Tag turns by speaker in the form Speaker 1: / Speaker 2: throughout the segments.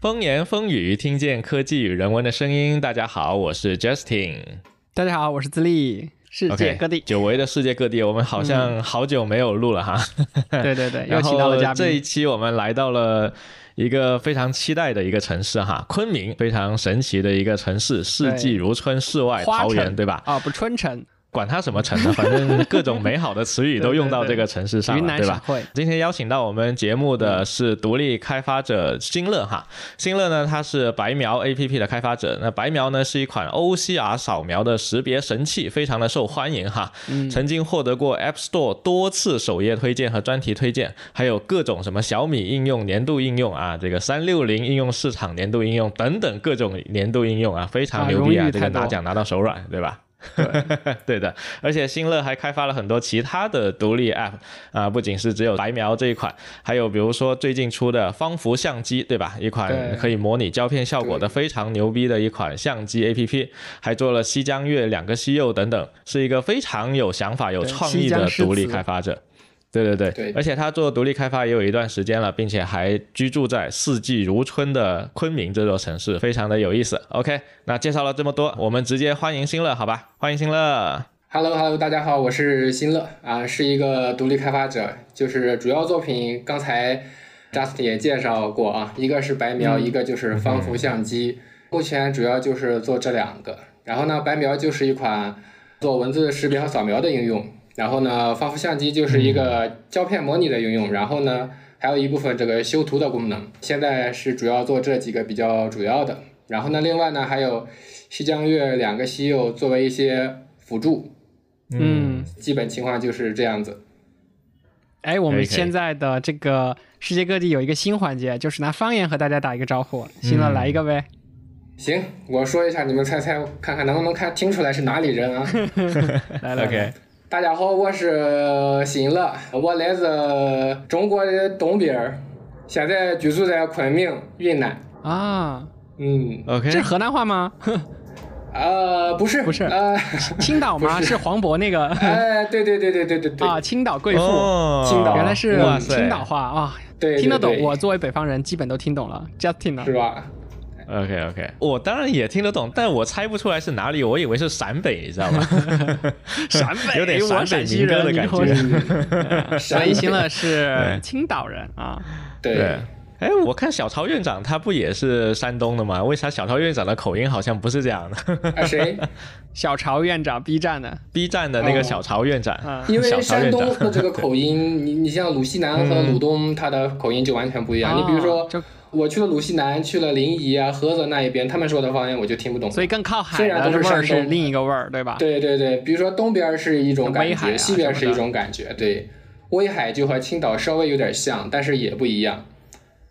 Speaker 1: 风言风语，听见科技与人文的声音。大家好，我是 Justin。
Speaker 2: 大家好，我是自立，世界
Speaker 1: OK，
Speaker 2: 各地。
Speaker 1: 久违的世界各地，我们好像好久没有录了哈。
Speaker 2: 对对对， 又
Speaker 1: 然
Speaker 2: 请到了
Speaker 1: 后
Speaker 2: 嘉
Speaker 1: 这一
Speaker 2: 宾。
Speaker 1: 期我们来到了一个非常期待的一个城市哈，昆明，非常神奇的一个城市，四季如春，世外
Speaker 2: 花
Speaker 1: 桃源，
Speaker 2: 城
Speaker 1: 对吧？
Speaker 2: 啊、不，春城，
Speaker 1: 管它什么城呢，反正各种美好的词语都用到这个城市上
Speaker 2: 云
Speaker 1: 了，
Speaker 2: 南
Speaker 1: 对
Speaker 2: 省
Speaker 1: 吧？
Speaker 2: 会。
Speaker 1: 今天邀请到我们节目的是独立开发者新乐哈，新乐呢，它是白描 APP 的开发者。那白描呢是一款 OCR 扫描的识别神器，非常的受欢迎哈，
Speaker 2: 嗯
Speaker 1: 曾经获得过 App Store 多次首页推荐和专题推荐，还有各种什么小米应用年度应用啊，这个三六零应用市场年度应用等等各种年度应用啊，非常
Speaker 2: 啊
Speaker 1: 牛逼
Speaker 2: 荣
Speaker 1: 啊，
Speaker 2: 誉
Speaker 1: 这个
Speaker 2: 太多
Speaker 1: 拿奖拿到手软，对 吧？
Speaker 2: 对
Speaker 1: 对的，而且新乐还开发了很多其他的独立 App 啊，不仅是只有白描这一款，还有比如说最近出的方幅相机，对吧？一款
Speaker 2: 对
Speaker 1: 可以模拟胶片效果的非常牛逼的一款相机 APP，还做了西江月、两个西柚等等，是一个非常有想法、有
Speaker 2: 对
Speaker 1: 创
Speaker 2: 西
Speaker 1: 意
Speaker 2: 江
Speaker 1: 的
Speaker 2: 诗
Speaker 1: 独立
Speaker 2: 词
Speaker 1: 开发者。对对对，
Speaker 3: 对
Speaker 1: 而且他做独立开发也有一段时间了，并且还居住在四季如春的昆明这座城市，非常的有意思。OK，那介绍了这么多，我们直接欢迎新乐，好吧？欢迎新乐。
Speaker 3: Hello Hello，大家好，我是新乐啊，是一个独立开发者，就是主要作品刚才 Just 也介绍过啊，一个是白描，一个就是方幅相机，目前主要就是做这两个。然后呢，白描就是一款做文字识别和扫描的应用，然后呢，方幅相机就是一个胶片模拟的应用，然后呢，还有一部分这个修图的功能。现在是主要做这几个比较主要的，然后呢，另外呢还有西江月两个西柚作为一些辅助，
Speaker 2: 嗯，
Speaker 3: 基本情况就是这样子。
Speaker 2: 哎，我
Speaker 1: 可
Speaker 2: 们
Speaker 1: 以可以
Speaker 2: 现在的这个世界各地有一个新环节，就是拿方言和大家打一个招呼。
Speaker 1: 嗯
Speaker 2: 新乐来一个 呗。
Speaker 3: 行，我说一下，你们猜猜看看能不能看清楚来是哪里人啊？
Speaker 2: 来来
Speaker 1: OK，
Speaker 3: 大家好，我是新乐，我来自中国的东边儿，现在居住在昆明云南。
Speaker 2: 啊，
Speaker 3: 嗯，
Speaker 2: 这
Speaker 1: OK，
Speaker 2: 是河南话吗？
Speaker 3: 呃，不是，
Speaker 2: 不是
Speaker 3: 呃，
Speaker 2: 青岛吗？是黄渤那个
Speaker 3: 哎，对对对对对对对，
Speaker 2: 啊，青岛贵妇。
Speaker 1: 哦
Speaker 3: 青岛
Speaker 2: 原来是
Speaker 1: 哇塞
Speaker 2: 青岛话啊，
Speaker 3: 对，对
Speaker 2: 听得懂。
Speaker 3: 对
Speaker 2: 我作为北方人，基本都听懂了。Justin 呢
Speaker 3: 是？吧？
Speaker 1: OK OK，我当然也听得懂，但我猜不出来是哪里，我以为是陕北，你知道吗？
Speaker 2: 陕北，
Speaker 1: 有点陕
Speaker 2: 我
Speaker 1: 北
Speaker 2: 陕西
Speaker 1: 民歌
Speaker 2: 人
Speaker 1: 的
Speaker 2: 你
Speaker 1: 感
Speaker 2: 以后
Speaker 1: 觉
Speaker 2: 是所以新
Speaker 3: 了，
Speaker 2: 乐是青岛人啊。
Speaker 3: 嗯对，。
Speaker 1: 哎，我看小超院长他不也是山东的吗？为啥小超院长的口音好像不是这样的
Speaker 3: 啊谁？
Speaker 2: 小朝院长 B 站的，
Speaker 1: ？B 站的那个小超院长，
Speaker 2: 嗯
Speaker 3: 因
Speaker 1: 小超
Speaker 3: 为山
Speaker 1: 院
Speaker 3: 东
Speaker 1: 长，
Speaker 3: 的这个口音，你你像鲁西南和鲁东，它的口音就完全不一样。你比如说
Speaker 2: 哦，就
Speaker 3: 我去了鲁西南，去了临沂啊、菏泽那一边，他们说的方言我就听不懂。
Speaker 2: 所以更靠海
Speaker 3: 虽然
Speaker 2: 的
Speaker 3: 都是
Speaker 2: 味儿
Speaker 3: 山
Speaker 2: 是
Speaker 3: 东
Speaker 2: 另一个味儿，对吧？
Speaker 3: 对对对，比如说东边是一种感
Speaker 2: 威海
Speaker 3: 觉，
Speaker 2: 啊
Speaker 3: 西边是一种感觉，对。威海就和青岛稍微有点像，但是也不一样。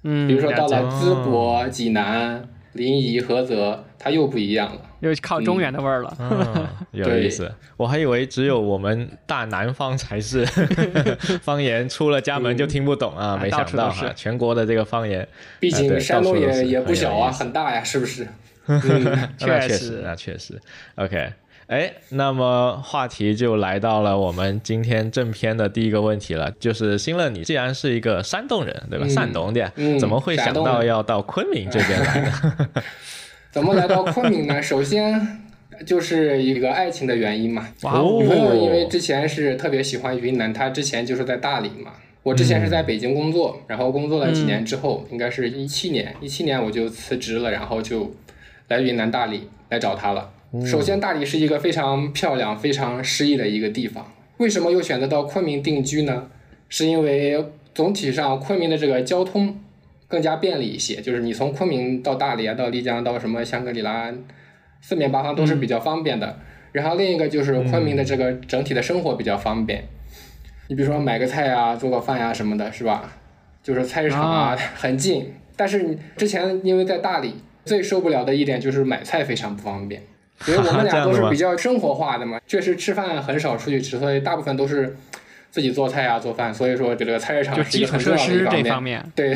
Speaker 2: 嗯，
Speaker 3: 比如说到
Speaker 2: 解
Speaker 3: 了淄博、济南、临沂、菏泽，它又不一样了。
Speaker 2: 又靠中原的味儿了。
Speaker 1: 嗯，有
Speaker 3: 对
Speaker 1: 意思。我还以为只有我们大南方才是 方言，出了家门就听不懂啊，
Speaker 2: 嗯
Speaker 1: 没
Speaker 2: 到
Speaker 1: 想
Speaker 2: 处
Speaker 1: 到
Speaker 2: 都是
Speaker 1: 啊，全国的这个方言，
Speaker 3: 毕
Speaker 1: 啊对
Speaker 3: 竟山东
Speaker 1: 到处都
Speaker 3: 也
Speaker 1: 是
Speaker 3: 也
Speaker 1: 很
Speaker 3: 不
Speaker 1: 有
Speaker 3: 小
Speaker 1: 意
Speaker 3: 啊，
Speaker 1: 思
Speaker 3: 很大呀，是不是？嗯，
Speaker 1: 那
Speaker 2: 确
Speaker 1: 确
Speaker 2: 实
Speaker 1: 那确实。OK，哎，那么话题就来到了我们今天正片的第一个问题了，就是新乐，你既然是一个山东人，对吧？
Speaker 3: 嗯
Speaker 1: 山东的，
Speaker 3: 嗯
Speaker 1: 怎么会想
Speaker 3: 山东人
Speaker 1: 到要到昆明这边来呢？
Speaker 3: 怎么来到昆明呢？首先就是一个爱情的原因嘛。
Speaker 2: 哇哦
Speaker 3: 女朋友因为之前是特别喜欢云南，她之前就是在大理嘛。我之前是在北京工作，
Speaker 2: 嗯
Speaker 3: 然后工作了几年之后，应该是一七年，一七年我就辞职了，然后就来云南大理来找她了。
Speaker 2: 嗯
Speaker 3: 首先，大理是一个非常漂亮、非常诗意的一个地方。为什么又选择到昆明定居呢？是因为总体上昆明的这个交通更加便利一些，就是你从昆明到大理啊，到丽江，到什么香格里拉，四面八方都是
Speaker 2: 嗯
Speaker 3: 比较方便的。然后另一个就是昆明的这个整体的生活比较方便，你比如说买个菜啊、做个饭呀、什么的，是吧？就是菜市场啊、 很近。但是你之前因为在大理，最受不了的一点就是买菜非常不方便，因为我们
Speaker 1: 这
Speaker 3: 俩
Speaker 1: 样
Speaker 3: 都
Speaker 1: 的
Speaker 3: 是
Speaker 1: 吗
Speaker 3: 比较生活化的嘛，确实吃饭很少出去吃，所以大部分都是自己做菜啊、做饭，所以说这个菜市场
Speaker 2: 就是基
Speaker 3: 一个
Speaker 2: 础
Speaker 3: 很重
Speaker 2: 设
Speaker 3: 要的一
Speaker 2: 施
Speaker 3: 方
Speaker 2: 这
Speaker 3: 面
Speaker 2: 方。面，
Speaker 3: 对，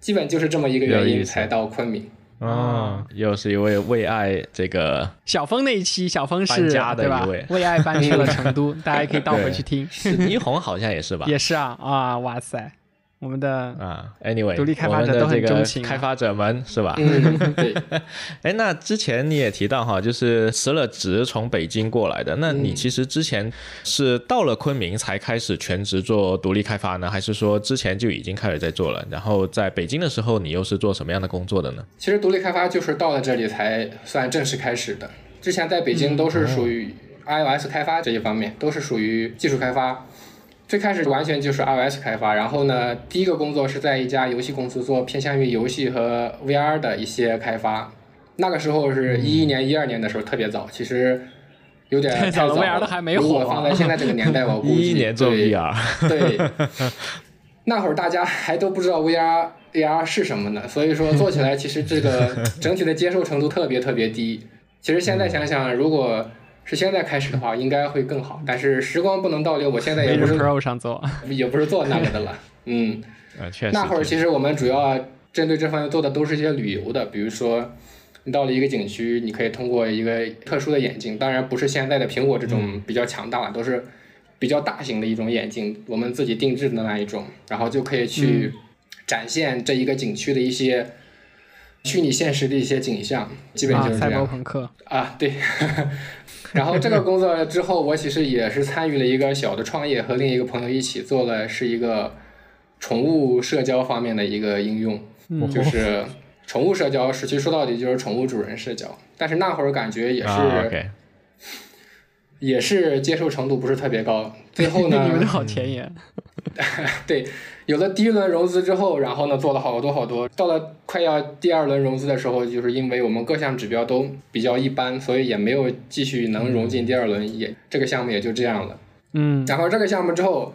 Speaker 3: 基本就是这么一个原
Speaker 1: 有意
Speaker 3: 因
Speaker 1: 思
Speaker 3: 才到昆明。
Speaker 1: 哦，又是一位为爱这 个，
Speaker 2: 小峰那一期，小峰是
Speaker 1: 搬家的
Speaker 2: 对吧
Speaker 1: 一位？
Speaker 2: 为爱 搬去了成都，大家可以倒回去听。
Speaker 1: 倪虹好像也是吧？
Speaker 2: 也是啊啊，哇塞，我们的
Speaker 1: 啊，anyway，
Speaker 2: 独立开发者
Speaker 1: 我们
Speaker 2: 都
Speaker 1: 的
Speaker 2: 很
Speaker 1: 这个
Speaker 2: 钟情啊
Speaker 1: 开发者们是吧？
Speaker 3: 嗯，对，
Speaker 1: 哎，那之前你也提到哈，就是辞了职从北京过来的，那你
Speaker 3: 嗯
Speaker 1: 其实之前是到了昆明才开始全职做独立开发呢，还是说之前就已经开始在做了？然后在北京的时候，你又是做什么样的工作的呢？
Speaker 3: 其实独立开发就是到了这里才算正式开始的，之前在北京都是属于 iOS 开发这一方面，都是属于技术开发。最开始完全就是 iOS 开发，然后呢，第一个工作是在一家游戏公司做偏向于游戏和 VR 的一些开发。那个时候是一一年、一二年的时候，特别早，其实有点
Speaker 2: 太
Speaker 3: 太
Speaker 2: 早
Speaker 3: 早
Speaker 2: 了
Speaker 3: 了。
Speaker 2: VR 都还没
Speaker 3: 如
Speaker 2: 火
Speaker 3: 果放在现在这个年代，我估计
Speaker 1: 一一啊年做
Speaker 3: 对
Speaker 1: VR，
Speaker 3: 对，那会儿大家还都不知道 VR、AR 是什么呢，所以说做起来其实这个整体的接受程度特别特别低。其实现在想想，如果是现在开始的话，应该会更好。但是时光不能倒流，我现在也
Speaker 2: 每日
Speaker 3: 不是
Speaker 2: Pro 上做，
Speaker 3: 也不是做那个的了。嗯，
Speaker 1: 啊，确实，
Speaker 3: 那会儿
Speaker 1: 确实
Speaker 3: 其实我们主要针对这方面做的都是一些旅游的，比如说你到了一个景区，你可以通过一个特殊的眼镜，当然不是现在的苹果这
Speaker 1: 嗯
Speaker 3: 种比较强大的，都是比较大型的一种眼镜，我们自己定制的那一种，然后就可以
Speaker 1: 嗯
Speaker 3: 去展现这一个景区的一些虚拟现实的一些景象，基本
Speaker 2: 啊
Speaker 3: 就，是这
Speaker 2: 赛博
Speaker 3: 样
Speaker 2: 朋克，
Speaker 3: 啊，对。 然后这个工作之后，我其实也是参与了一个小的创业，和另一个朋友一起做了是一个宠物社交方面的一个应用，
Speaker 2: 嗯
Speaker 3: 就是宠物社交，是其实说到底就是宠物主人社交。但是那会儿感觉也是、
Speaker 1: 啊，OK，
Speaker 3: 也是接受程度不是特别高，最 后
Speaker 2: 你们都
Speaker 3: 呢，
Speaker 2: 好前沿，
Speaker 3: 对，有了第一轮融资之后，然后呢做了好多好多，到了快要第二轮融资的时候，就是因为我们各项指标都比较一般，所以也没有继续能融进第二轮，也这个项目也就这样了。
Speaker 2: 嗯，
Speaker 3: 然后这个项目之后，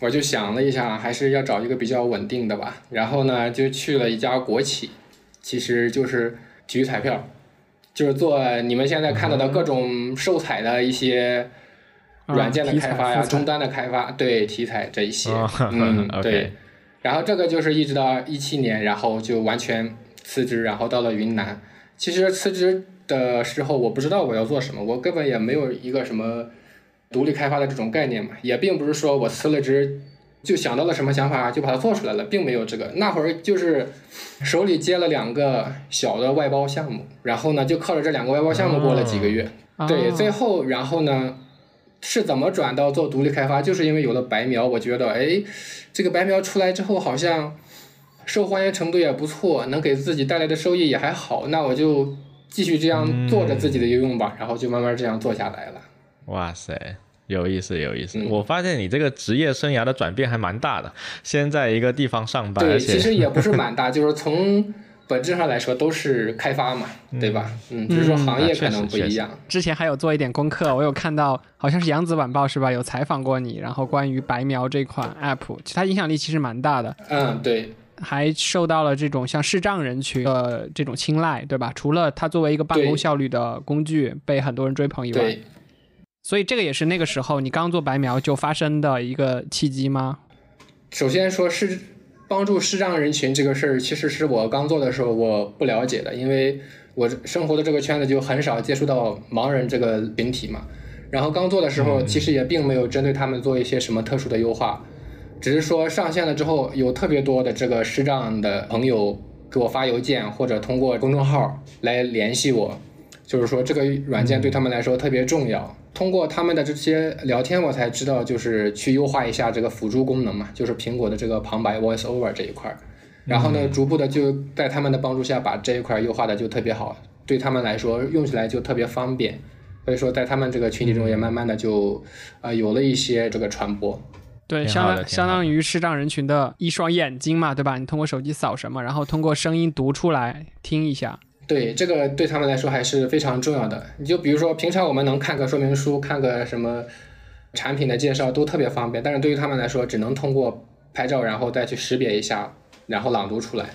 Speaker 3: 我就想了一下，还是要找一个比较稳定的吧。然后呢，就去了一家国企，其实就是体育彩票，就是做你们现在看到的各种售彩的一些
Speaker 2: 啊
Speaker 3: 软件的
Speaker 2: 体
Speaker 3: 开
Speaker 2: 彩
Speaker 3: 发
Speaker 2: 复彩
Speaker 3: 呀、
Speaker 2: 啊
Speaker 3: 终端的开发，对题材这一些，
Speaker 1: 哦
Speaker 3: 嗯，
Speaker 1: OK
Speaker 3: 对。然后这个就是一直到一七年，然后就完全辞职，然后到了云南。其实辞职的时候，我不知道我要做什么，我根本也没有一个什么独立开发的这种概念嘛，也并不是说我辞了职就想到了什么想法就把它做出来了，并没有这个。那会儿就是手里接了两个小的外包项目，然后呢就靠着这两个外包项目过了几个月。对，最
Speaker 2: 后
Speaker 3: 后然后呢，是怎么转到做独立开发？就是因为有了白描，我觉得哎，这个白描出来之后好像受欢迎程度也不错，能给自己带来的收益也还好，那我就继续这样做着自己的应用吧，然后就慢慢这样做下来了。
Speaker 1: 哇塞，有意思，有意思。
Speaker 3: 嗯
Speaker 1: 我发现你这个职业生涯的转变还蛮大的，先在一个地方上班，
Speaker 3: 对，
Speaker 1: 而
Speaker 3: 其
Speaker 1: 且
Speaker 3: 实也不 是蛮大，就是从本质上来说都是开发嘛，对吧？嗯，只是说行
Speaker 1: 啊
Speaker 3: 业
Speaker 1: 确
Speaker 3: 可能
Speaker 1: 实
Speaker 3: 不
Speaker 1: 确
Speaker 3: 一
Speaker 1: 实
Speaker 3: 样。
Speaker 2: 之前还有做一点功课，我有看到好像是《扬子晚报》是吧？有采访过你，然后关于白描这款 app，其实它影响力其实蛮大的，
Speaker 3: 嗯，对，
Speaker 2: 还受到了这种像视障人群的这种青睐，对吧？除了它作为一个办公
Speaker 3: 对
Speaker 2: 效率的工具被很多人追捧以外，
Speaker 3: 对，
Speaker 2: 所以这个也是那个时候你刚做白描就发生的一个契机吗？
Speaker 3: 首先说是帮助视障人群这个事儿，其实是我刚做的时候我不了解的，因为我生活的这个圈子就很少接触到盲人这个群体嘛。然后刚做的时候，其实也并没有针对他们做一些什么特殊的优化，只是说上线了之后，有特别多的这个视障的朋友给我发邮件或者通过公众号来联系我，就是说这个软件对他们来说特别重要。通过他们的这些聊天，我才知道就是去优化一下这个辅助功能嘛，就是苹果的这个旁白 Voice Over 这一块儿。然后呢，逐步的就在他们的帮助下，把这一块优化的就特别好，对他们来说用起来就特别方便。所以说，在他们这个群体中也慢慢的就，呃，有了一些这个传播。
Speaker 2: 对，
Speaker 1: 挺
Speaker 2: 相
Speaker 1: 好的
Speaker 2: 当
Speaker 1: 挺
Speaker 2: 相
Speaker 1: 好
Speaker 2: 当于视障人群的一双眼睛嘛，对吧？你通过手机扫什么，然后通过声音读出来听一下。
Speaker 3: 对，这个对他们来说还是非常重要的。你就比如说，平常我们能看个说明书，看个什么产品的介绍都特别方便，但是对于他们来说，只能通过拍照，然后再去识别一下，然后朗读出来。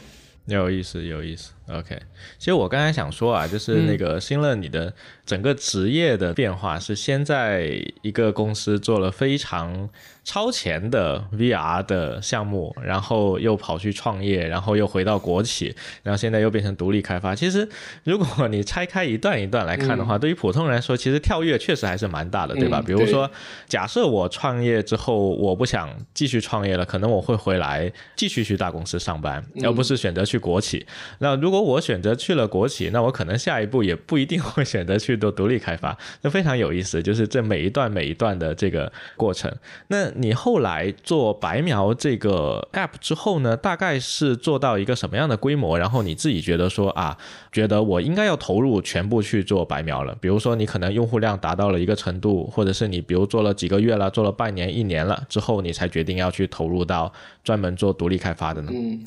Speaker 1: 有意思，有意思。OK，其实我刚才想说啊，就是那个新乐，你的整个职业的变化是先在一个公司做了非常超前的 VR 的项目，然后又跑去创业，然后又回到国企，然后现在又变成独立开发。其实如果你拆开一段一段来看的话，对于普通人来说，其实跳跃确实还是蛮大的，对吧？
Speaker 3: 嗯
Speaker 1: 比如说，假设我创业之后，我不想继续创业了，可能我会回来继续去大公司上班，而不是选择去国企。那如果我选择去了国企，那我可能下一步也不一定会选择去做独立开发。 那非常有意思，就是这每一段每一段的这个过程。那你后来做白描这个 app 之后呢，大概是做到一个什么样的规模？然后你自己觉得说啊，觉得我应该要投入全部去做白描了。比如说你可能用户量达到了一个程度，或者是你比如做了几个月了，做了半年、一年了之后，你才决定要去投入到专门做独立开发的呢？
Speaker 3: 嗯，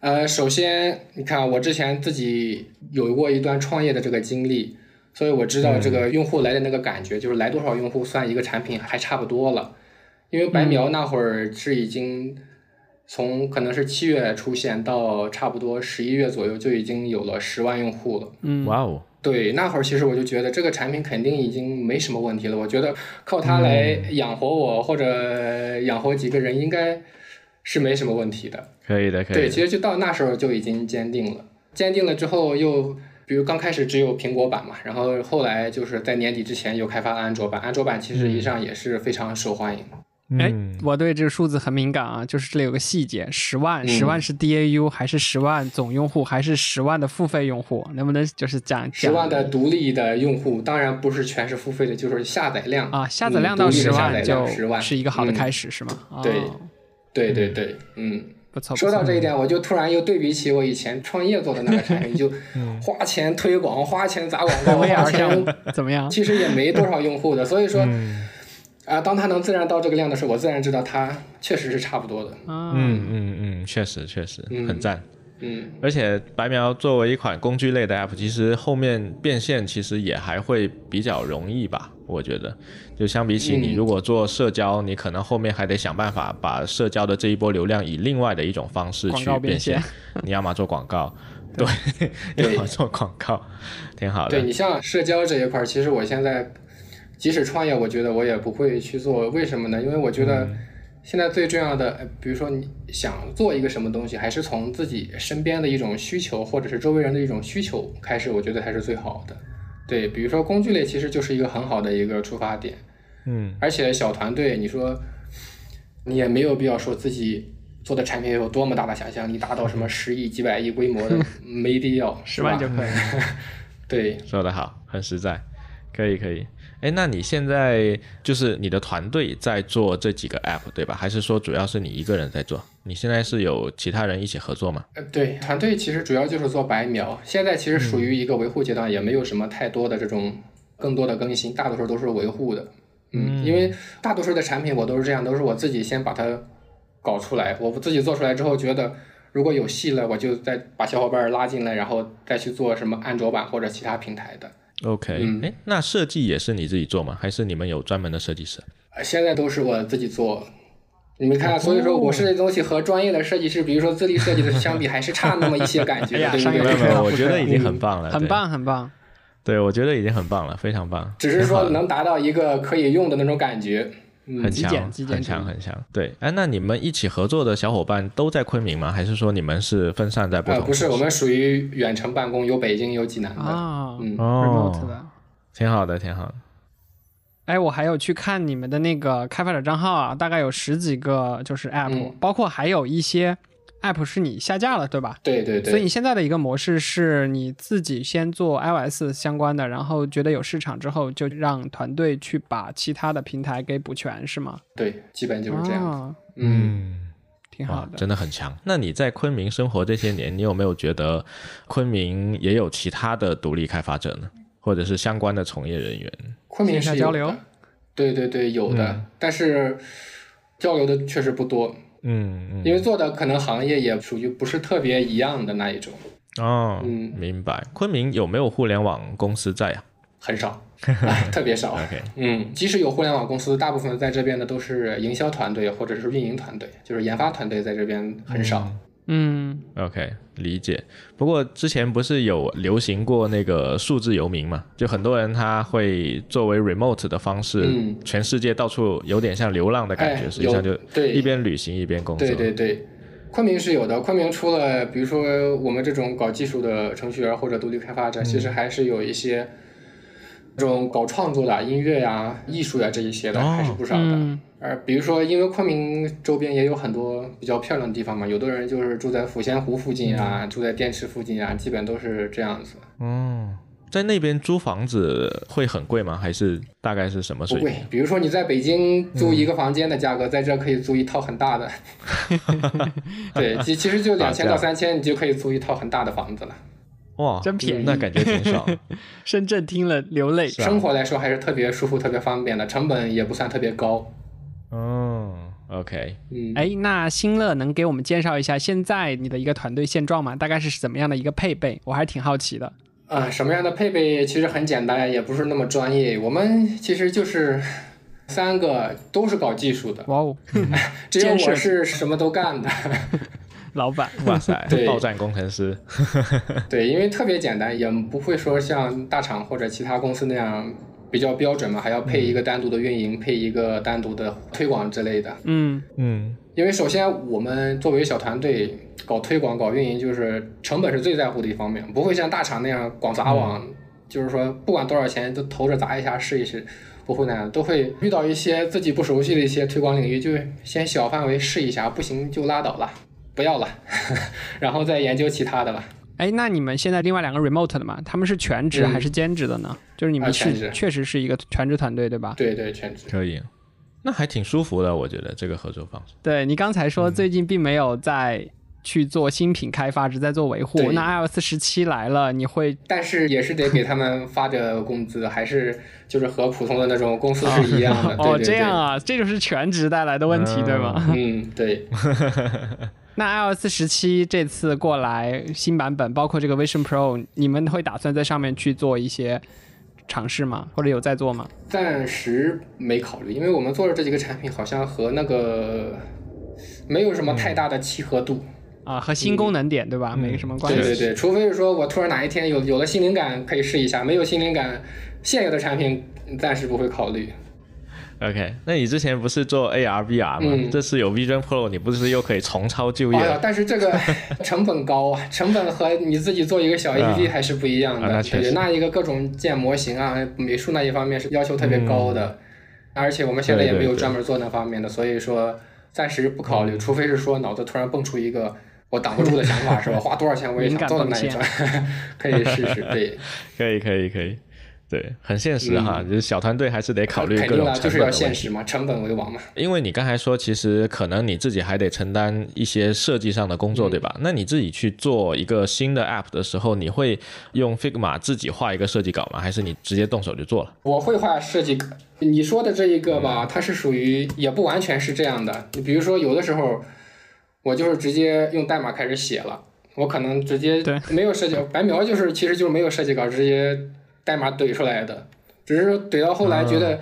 Speaker 3: 呃，首先你看，啊我之前自己有过一段创业的这个经历，所以我知道这个用户来的那个感觉，就是来多少用户算一个产品还差不多了。因为白描那会儿是已经从可能是七月出现到差不多十一月左右就已经有了十万用户了。
Speaker 2: 嗯，
Speaker 1: 哇哦！
Speaker 3: 对，那会儿其实我就觉得这个产品肯定已经没什么问题了。我觉得靠它来养活我或者养活几个人，应该是没什么问题的。
Speaker 1: 可以的，可以
Speaker 3: 对，
Speaker 1: 的。
Speaker 3: 其实就到那时候就已经坚定了。坚定了之后又，比如刚开始只有苹果版嘛，然后后来就是在年底之前有开发安卓版，安卓版其实一上也是非常受欢迎。
Speaker 2: 哎
Speaker 1: 嗯，
Speaker 2: 我对这个数字很敏感啊，就是这里有个细节，十万，
Speaker 3: 嗯
Speaker 2: 十万是 DAU 还是十万总用户，还是十万的付费用户？能不能就是讲
Speaker 3: 十万
Speaker 2: 讲
Speaker 3: 的独立的用户，当然不是全是付费的，就是下载量
Speaker 2: 啊？下载
Speaker 3: 嗯
Speaker 2: 量
Speaker 3: 独
Speaker 2: 到
Speaker 3: 立的
Speaker 2: 十
Speaker 3: 下载
Speaker 2: 万
Speaker 3: 量
Speaker 2: 就
Speaker 3: 十万
Speaker 2: 是一个好的
Speaker 3: 嗯
Speaker 2: 开始，是吗？哦
Speaker 3: 对对对对，嗯。
Speaker 2: 不错。不
Speaker 3: 说到
Speaker 2: 错
Speaker 3: 这一点，我就突然又对比起我以前创业做的那个产
Speaker 2: 嗯
Speaker 3: 品，就花钱推广、花钱砸广告、花
Speaker 2: VR 项
Speaker 3: 钱
Speaker 2: 目 怎么样？
Speaker 3: 其实也没多少用户的，所以说，啊、当它能自然到这个量的时候，我自然知道它确实是差不多的。
Speaker 2: 啊，
Speaker 1: 嗯嗯嗯，确实确实
Speaker 3: 嗯
Speaker 1: 很赞。
Speaker 3: 嗯，
Speaker 1: 而且白描作为一款工具类的 app，其实后面变现其实也还会比较容易吧，我觉得。就相比起你
Speaker 3: 嗯
Speaker 1: 如果做社交，你可能后面还得想办法把社交的这一波流量以另外的一种方式
Speaker 2: 广
Speaker 1: 去
Speaker 2: 告
Speaker 1: 变
Speaker 2: 变现
Speaker 1: 现。你要么做广 告，对，
Speaker 3: 对
Speaker 1: 要么做广告，挺好
Speaker 3: 对
Speaker 1: 的。
Speaker 3: 你像社交这一块儿，其实我现在即使创业，我觉得我也不会去做，为什么呢？因为我觉得
Speaker 1: 嗯
Speaker 3: 现在最重要的，呃比如说你想做一个什么东西，还是从自己身边的一种需求，或者是周围人的一种需求开始，我觉得才是最好的。对，比如说工具类其实就是一个很好的一个出发点，
Speaker 1: 嗯，
Speaker 3: 而且小团队，你说你也没有必要说自己做的产品有多么大的想象力，达到 什么十亿、几百亿规模的，没必要，
Speaker 2: 十万
Speaker 3: 是
Speaker 2: 就
Speaker 3: 吧
Speaker 2: 可以了。
Speaker 3: 对。
Speaker 1: 说得好，很实在，可以可以。哎，那你现在就是你的团队在做这几个 app 对吧？还是说主要是你一个人在做？你现在是有其他人一起合作吗？
Speaker 3: 呃，对，团队其实主要就是做白描，现在其实
Speaker 2: 嗯
Speaker 3: 属于一个维护阶段，也没有什么太多的这种更多的更新，大多数都是维护的。嗯，因为大多数的产品我都是这样，都是我自己先把它搞出来，我自己做出来之后觉得如果有戏了，我就再把小伙伴儿拉进来，然后再去做什么安卓版或者其他平台的。
Speaker 1: OK，哎、
Speaker 3: 嗯
Speaker 1: 那设计也是你自己做吗？还是你们有专门的设计师？
Speaker 3: 呃现在都是我自己做。你们看，啊所以说我
Speaker 2: 哦
Speaker 3: 设计的东西和专业的设计师，比如说自立设计的相比，还是差那么一些感觉
Speaker 2: 哎呀
Speaker 3: 的，对不
Speaker 2: 商业
Speaker 3: 对
Speaker 1: 没？
Speaker 2: 没有
Speaker 1: 有没
Speaker 2: 没有
Speaker 1: 有，
Speaker 2: 我
Speaker 1: 我
Speaker 2: 觉
Speaker 1: 觉
Speaker 2: 得
Speaker 1: 得
Speaker 2: 已
Speaker 1: 已
Speaker 2: 经
Speaker 1: 经很棒了，
Speaker 2: 很棒，很棒。
Speaker 1: 对。我觉得已经很棒了，非常棒。
Speaker 3: 只是
Speaker 1: 挺好
Speaker 3: 说
Speaker 1: 的
Speaker 3: 能达到一个可以用的那种感觉。
Speaker 1: 很
Speaker 2: 极简
Speaker 1: 强，
Speaker 2: 极
Speaker 1: 很
Speaker 2: 简主义
Speaker 1: 强，很强。对，哎，那你们一起合作的小伙伴都在昆明吗？还是说你们是分散在不
Speaker 3: 呃，
Speaker 1: 同？
Speaker 3: 不是，我们属于远程办公，有北京，有济南的。
Speaker 2: 啊
Speaker 3: 嗯，
Speaker 2: ，remote
Speaker 1: 哦，
Speaker 2: 的。
Speaker 1: 挺好的，挺好的。
Speaker 2: 哎，我还有去看你们的那个开发者账号啊，大概有十几个就是 app，、
Speaker 3: 嗯
Speaker 2: 包括还有一些 app 是你下架了，对吧？
Speaker 3: 对对
Speaker 2: 所以
Speaker 3: 对
Speaker 2: 你，现在的一个模式是你自己先做 iOS 相关的，然后觉得有市场之后，就让团队去把其他的平台给补全，是吗？
Speaker 3: 对，基本就是这样。
Speaker 2: 哦、
Speaker 3: 嗯，
Speaker 2: 挺好
Speaker 1: 哇，
Speaker 2: 的。
Speaker 1: 真的很强。那你在昆明生活这些年，你有没有觉得昆明也有其他的独立开发者呢，或者是相关的从业人员？
Speaker 3: 昆明
Speaker 2: 线下
Speaker 3: 是
Speaker 2: 交
Speaker 3: 有
Speaker 2: 流
Speaker 3: 的。对对对，有的，但是交流的确实不多，
Speaker 1: 嗯嗯，
Speaker 3: 因为做的可能行业也属于不是特别一样的那一种，
Speaker 1: 哦，
Speaker 3: 嗯
Speaker 1: 明白。昆明有没有互联网公司在呀、
Speaker 3: 很少，哎特别少。
Speaker 1: OK，
Speaker 3: 嗯，即使有互联网公司，大部分在这边的都是营销团队或者是运营团队，就是研发团队在这边很少。
Speaker 2: 嗯
Speaker 1: OK，理解。不过之前不是有流行过那个数字游民嘛？就很多人他会作为 remote 的方式，
Speaker 3: 嗯
Speaker 1: 全世界到处有点像流浪的感觉，
Speaker 3: 哎
Speaker 1: 实际上
Speaker 3: 有
Speaker 1: 就
Speaker 3: 对
Speaker 1: 一边旅行一边工作。
Speaker 3: 对对对，昆明是有的。昆明除了比如说我们这种搞技术的程序员或者独立开发者，其实还是有一些这种搞创作的音乐呀、艺术呀这一些的，
Speaker 1: 哦
Speaker 3: 还是不少的。
Speaker 2: 嗯
Speaker 3: 而比如说，因为昆明周边也有很多比较漂亮的地方嘛，有的人就是住在抚仙湖附近啊，住在滇池附近啊，基本都是这样子。
Speaker 1: 哦，在那边租房子会很贵吗？还是大概是什么
Speaker 3: 不
Speaker 1: 水
Speaker 3: 贵
Speaker 1: 平？，
Speaker 3: 比如说你在北京租一个房间的价格，在这可以租一套很大的。对，其其实就两
Speaker 1: 打
Speaker 3: 千
Speaker 1: 架
Speaker 3: 到三千，你就可以租一套很大的房子了。
Speaker 1: 哇，
Speaker 2: 真便宜
Speaker 1: 那感觉挺爽。
Speaker 2: 深圳听了流泪。
Speaker 1: 是啊
Speaker 3: 生活来说还是特别舒服、特别方便的，成本也不算特别高。
Speaker 1: 哦，OK，
Speaker 3: 嗯，
Speaker 2: 哎，那新乐能给我们介绍一下现在你的一个团队现状吗？大概是怎么样的一个配备？我还挺好奇的。
Speaker 3: 啊，什么样的配备其实很简单，也不是那么专业。我们其实就是三个都是搞技术的，
Speaker 2: 哇 哦，
Speaker 3: 只有
Speaker 2: 建设
Speaker 3: 我是什么都干的。
Speaker 2: 老板，
Speaker 1: 哇塞
Speaker 3: 对，
Speaker 1: 爆站工程师，
Speaker 3: 对，因为特别简单，也不会说像大厂或者其他公司那样比较标准嘛，还要配一个单独的运营，配一个单独的推广之类的。
Speaker 2: 嗯
Speaker 1: 嗯，
Speaker 3: 因为首先我们作为小团队搞推广、搞运营，就是成本是最在乎的一方面，不会像大厂那样广撒网，
Speaker 2: 嗯
Speaker 3: 就是说不管多少钱都投着砸一下试一试，不会那样，都会遇到一些自己不熟悉的一些推广领域，就先小范围试一下，不行就拉倒了，不要了， 然后再研究其他的了。
Speaker 2: 哎，那你们现在另外两个 remote 的嘛，他们是全职
Speaker 3: 嗯
Speaker 2: 还是兼职的呢？就是你
Speaker 3: 啊
Speaker 2: 们
Speaker 3: 全职
Speaker 2: 是确实是一个全职团队，对吧？
Speaker 3: 对对，全职。
Speaker 1: 可以，那还挺舒服的，我觉得这个合作方式。
Speaker 2: 对你刚才说最近并没有在去做新品开发，只在做维护。
Speaker 3: 对
Speaker 2: 那 iOS 十七来了，你会
Speaker 3: 但是也是得给他们发着工资，还是就是和普通的那种公司是一样 的。
Speaker 2: 哦
Speaker 3: 对对对
Speaker 2: 这样啊，这就是全职带来的问题，
Speaker 1: 嗯
Speaker 2: 对吗？
Speaker 3: 嗯，对，
Speaker 2: 那 iOS 十七这次过来新版本，包括这个 Vision Pro，你们会打算在上面去做一些尝试吗？或者有在做吗？
Speaker 3: 暂时没考虑，因为我们做的这几个产品好像和那个没有什么
Speaker 2: 嗯
Speaker 3: 太大的契合度。
Speaker 2: 啊，和新功能点、对吧？
Speaker 1: 嗯
Speaker 2: 没什么关
Speaker 3: 对
Speaker 2: 系。
Speaker 3: 对对，除非是说我突然哪一天有有了新灵感可以试一下，没有新灵感，现有的产品暂时不会考虑。
Speaker 1: 嗯 OK，那你之前不是做 AR VR 吗？
Speaker 3: 嗯
Speaker 1: 这次有 Vision Pro，你不是又可以重操旧业
Speaker 3: 哎
Speaker 1: 了
Speaker 3: 呀，但是 这个成本高啊，成本和你自己做一个小 APP
Speaker 1: 啊
Speaker 3: 还是不一样的。
Speaker 1: 啊那确
Speaker 3: 对
Speaker 1: 实
Speaker 3: 那一个各种建模型啊、美术那一方面是要求特别高的，而且我们现在也
Speaker 1: 对对
Speaker 3: 没有
Speaker 1: 嗯对嗯
Speaker 3: 专门做那方面的，所以说暂时不考虑，除非是说脑子突然蹦出一个我挡不住的想法，
Speaker 1: 嗯
Speaker 3: 是吧？花多少钱我也
Speaker 2: 敏
Speaker 3: 想
Speaker 2: 感
Speaker 3: 做的
Speaker 2: 蹦
Speaker 3: 那
Speaker 2: 现
Speaker 3: 一种， 可以试试。对，
Speaker 1: 可以，可以，可以，对，很现实哈，就是小团队还是得 考虑
Speaker 3: 嗯肯
Speaker 1: 各
Speaker 3: 定
Speaker 1: 种
Speaker 3: 啦，
Speaker 1: 成
Speaker 3: 就
Speaker 1: 本
Speaker 3: 是
Speaker 1: 的
Speaker 3: 要
Speaker 1: 问题。
Speaker 3: 现实嘛，成本为王嘛。
Speaker 1: 因为你刚才说，其实可能你自己还得承担一些设计上的工作，对吧？那你自己去做一个新的 app 的时候，你会用 Figma 自己画一个设计稿吗？还是你直接动手就 做了？
Speaker 3: 我会画设计，你说的这一个
Speaker 1: 嗯
Speaker 3: 吧，它是属于也不完全是这样的。你比如说，有的时候我就是直接用代码开始写了，我可能直接
Speaker 2: 对
Speaker 3: 没有设计，白描就是其实就是没有设计稿，直接代码怼出来的。只是说怼到后来觉
Speaker 1: 啊
Speaker 3: 得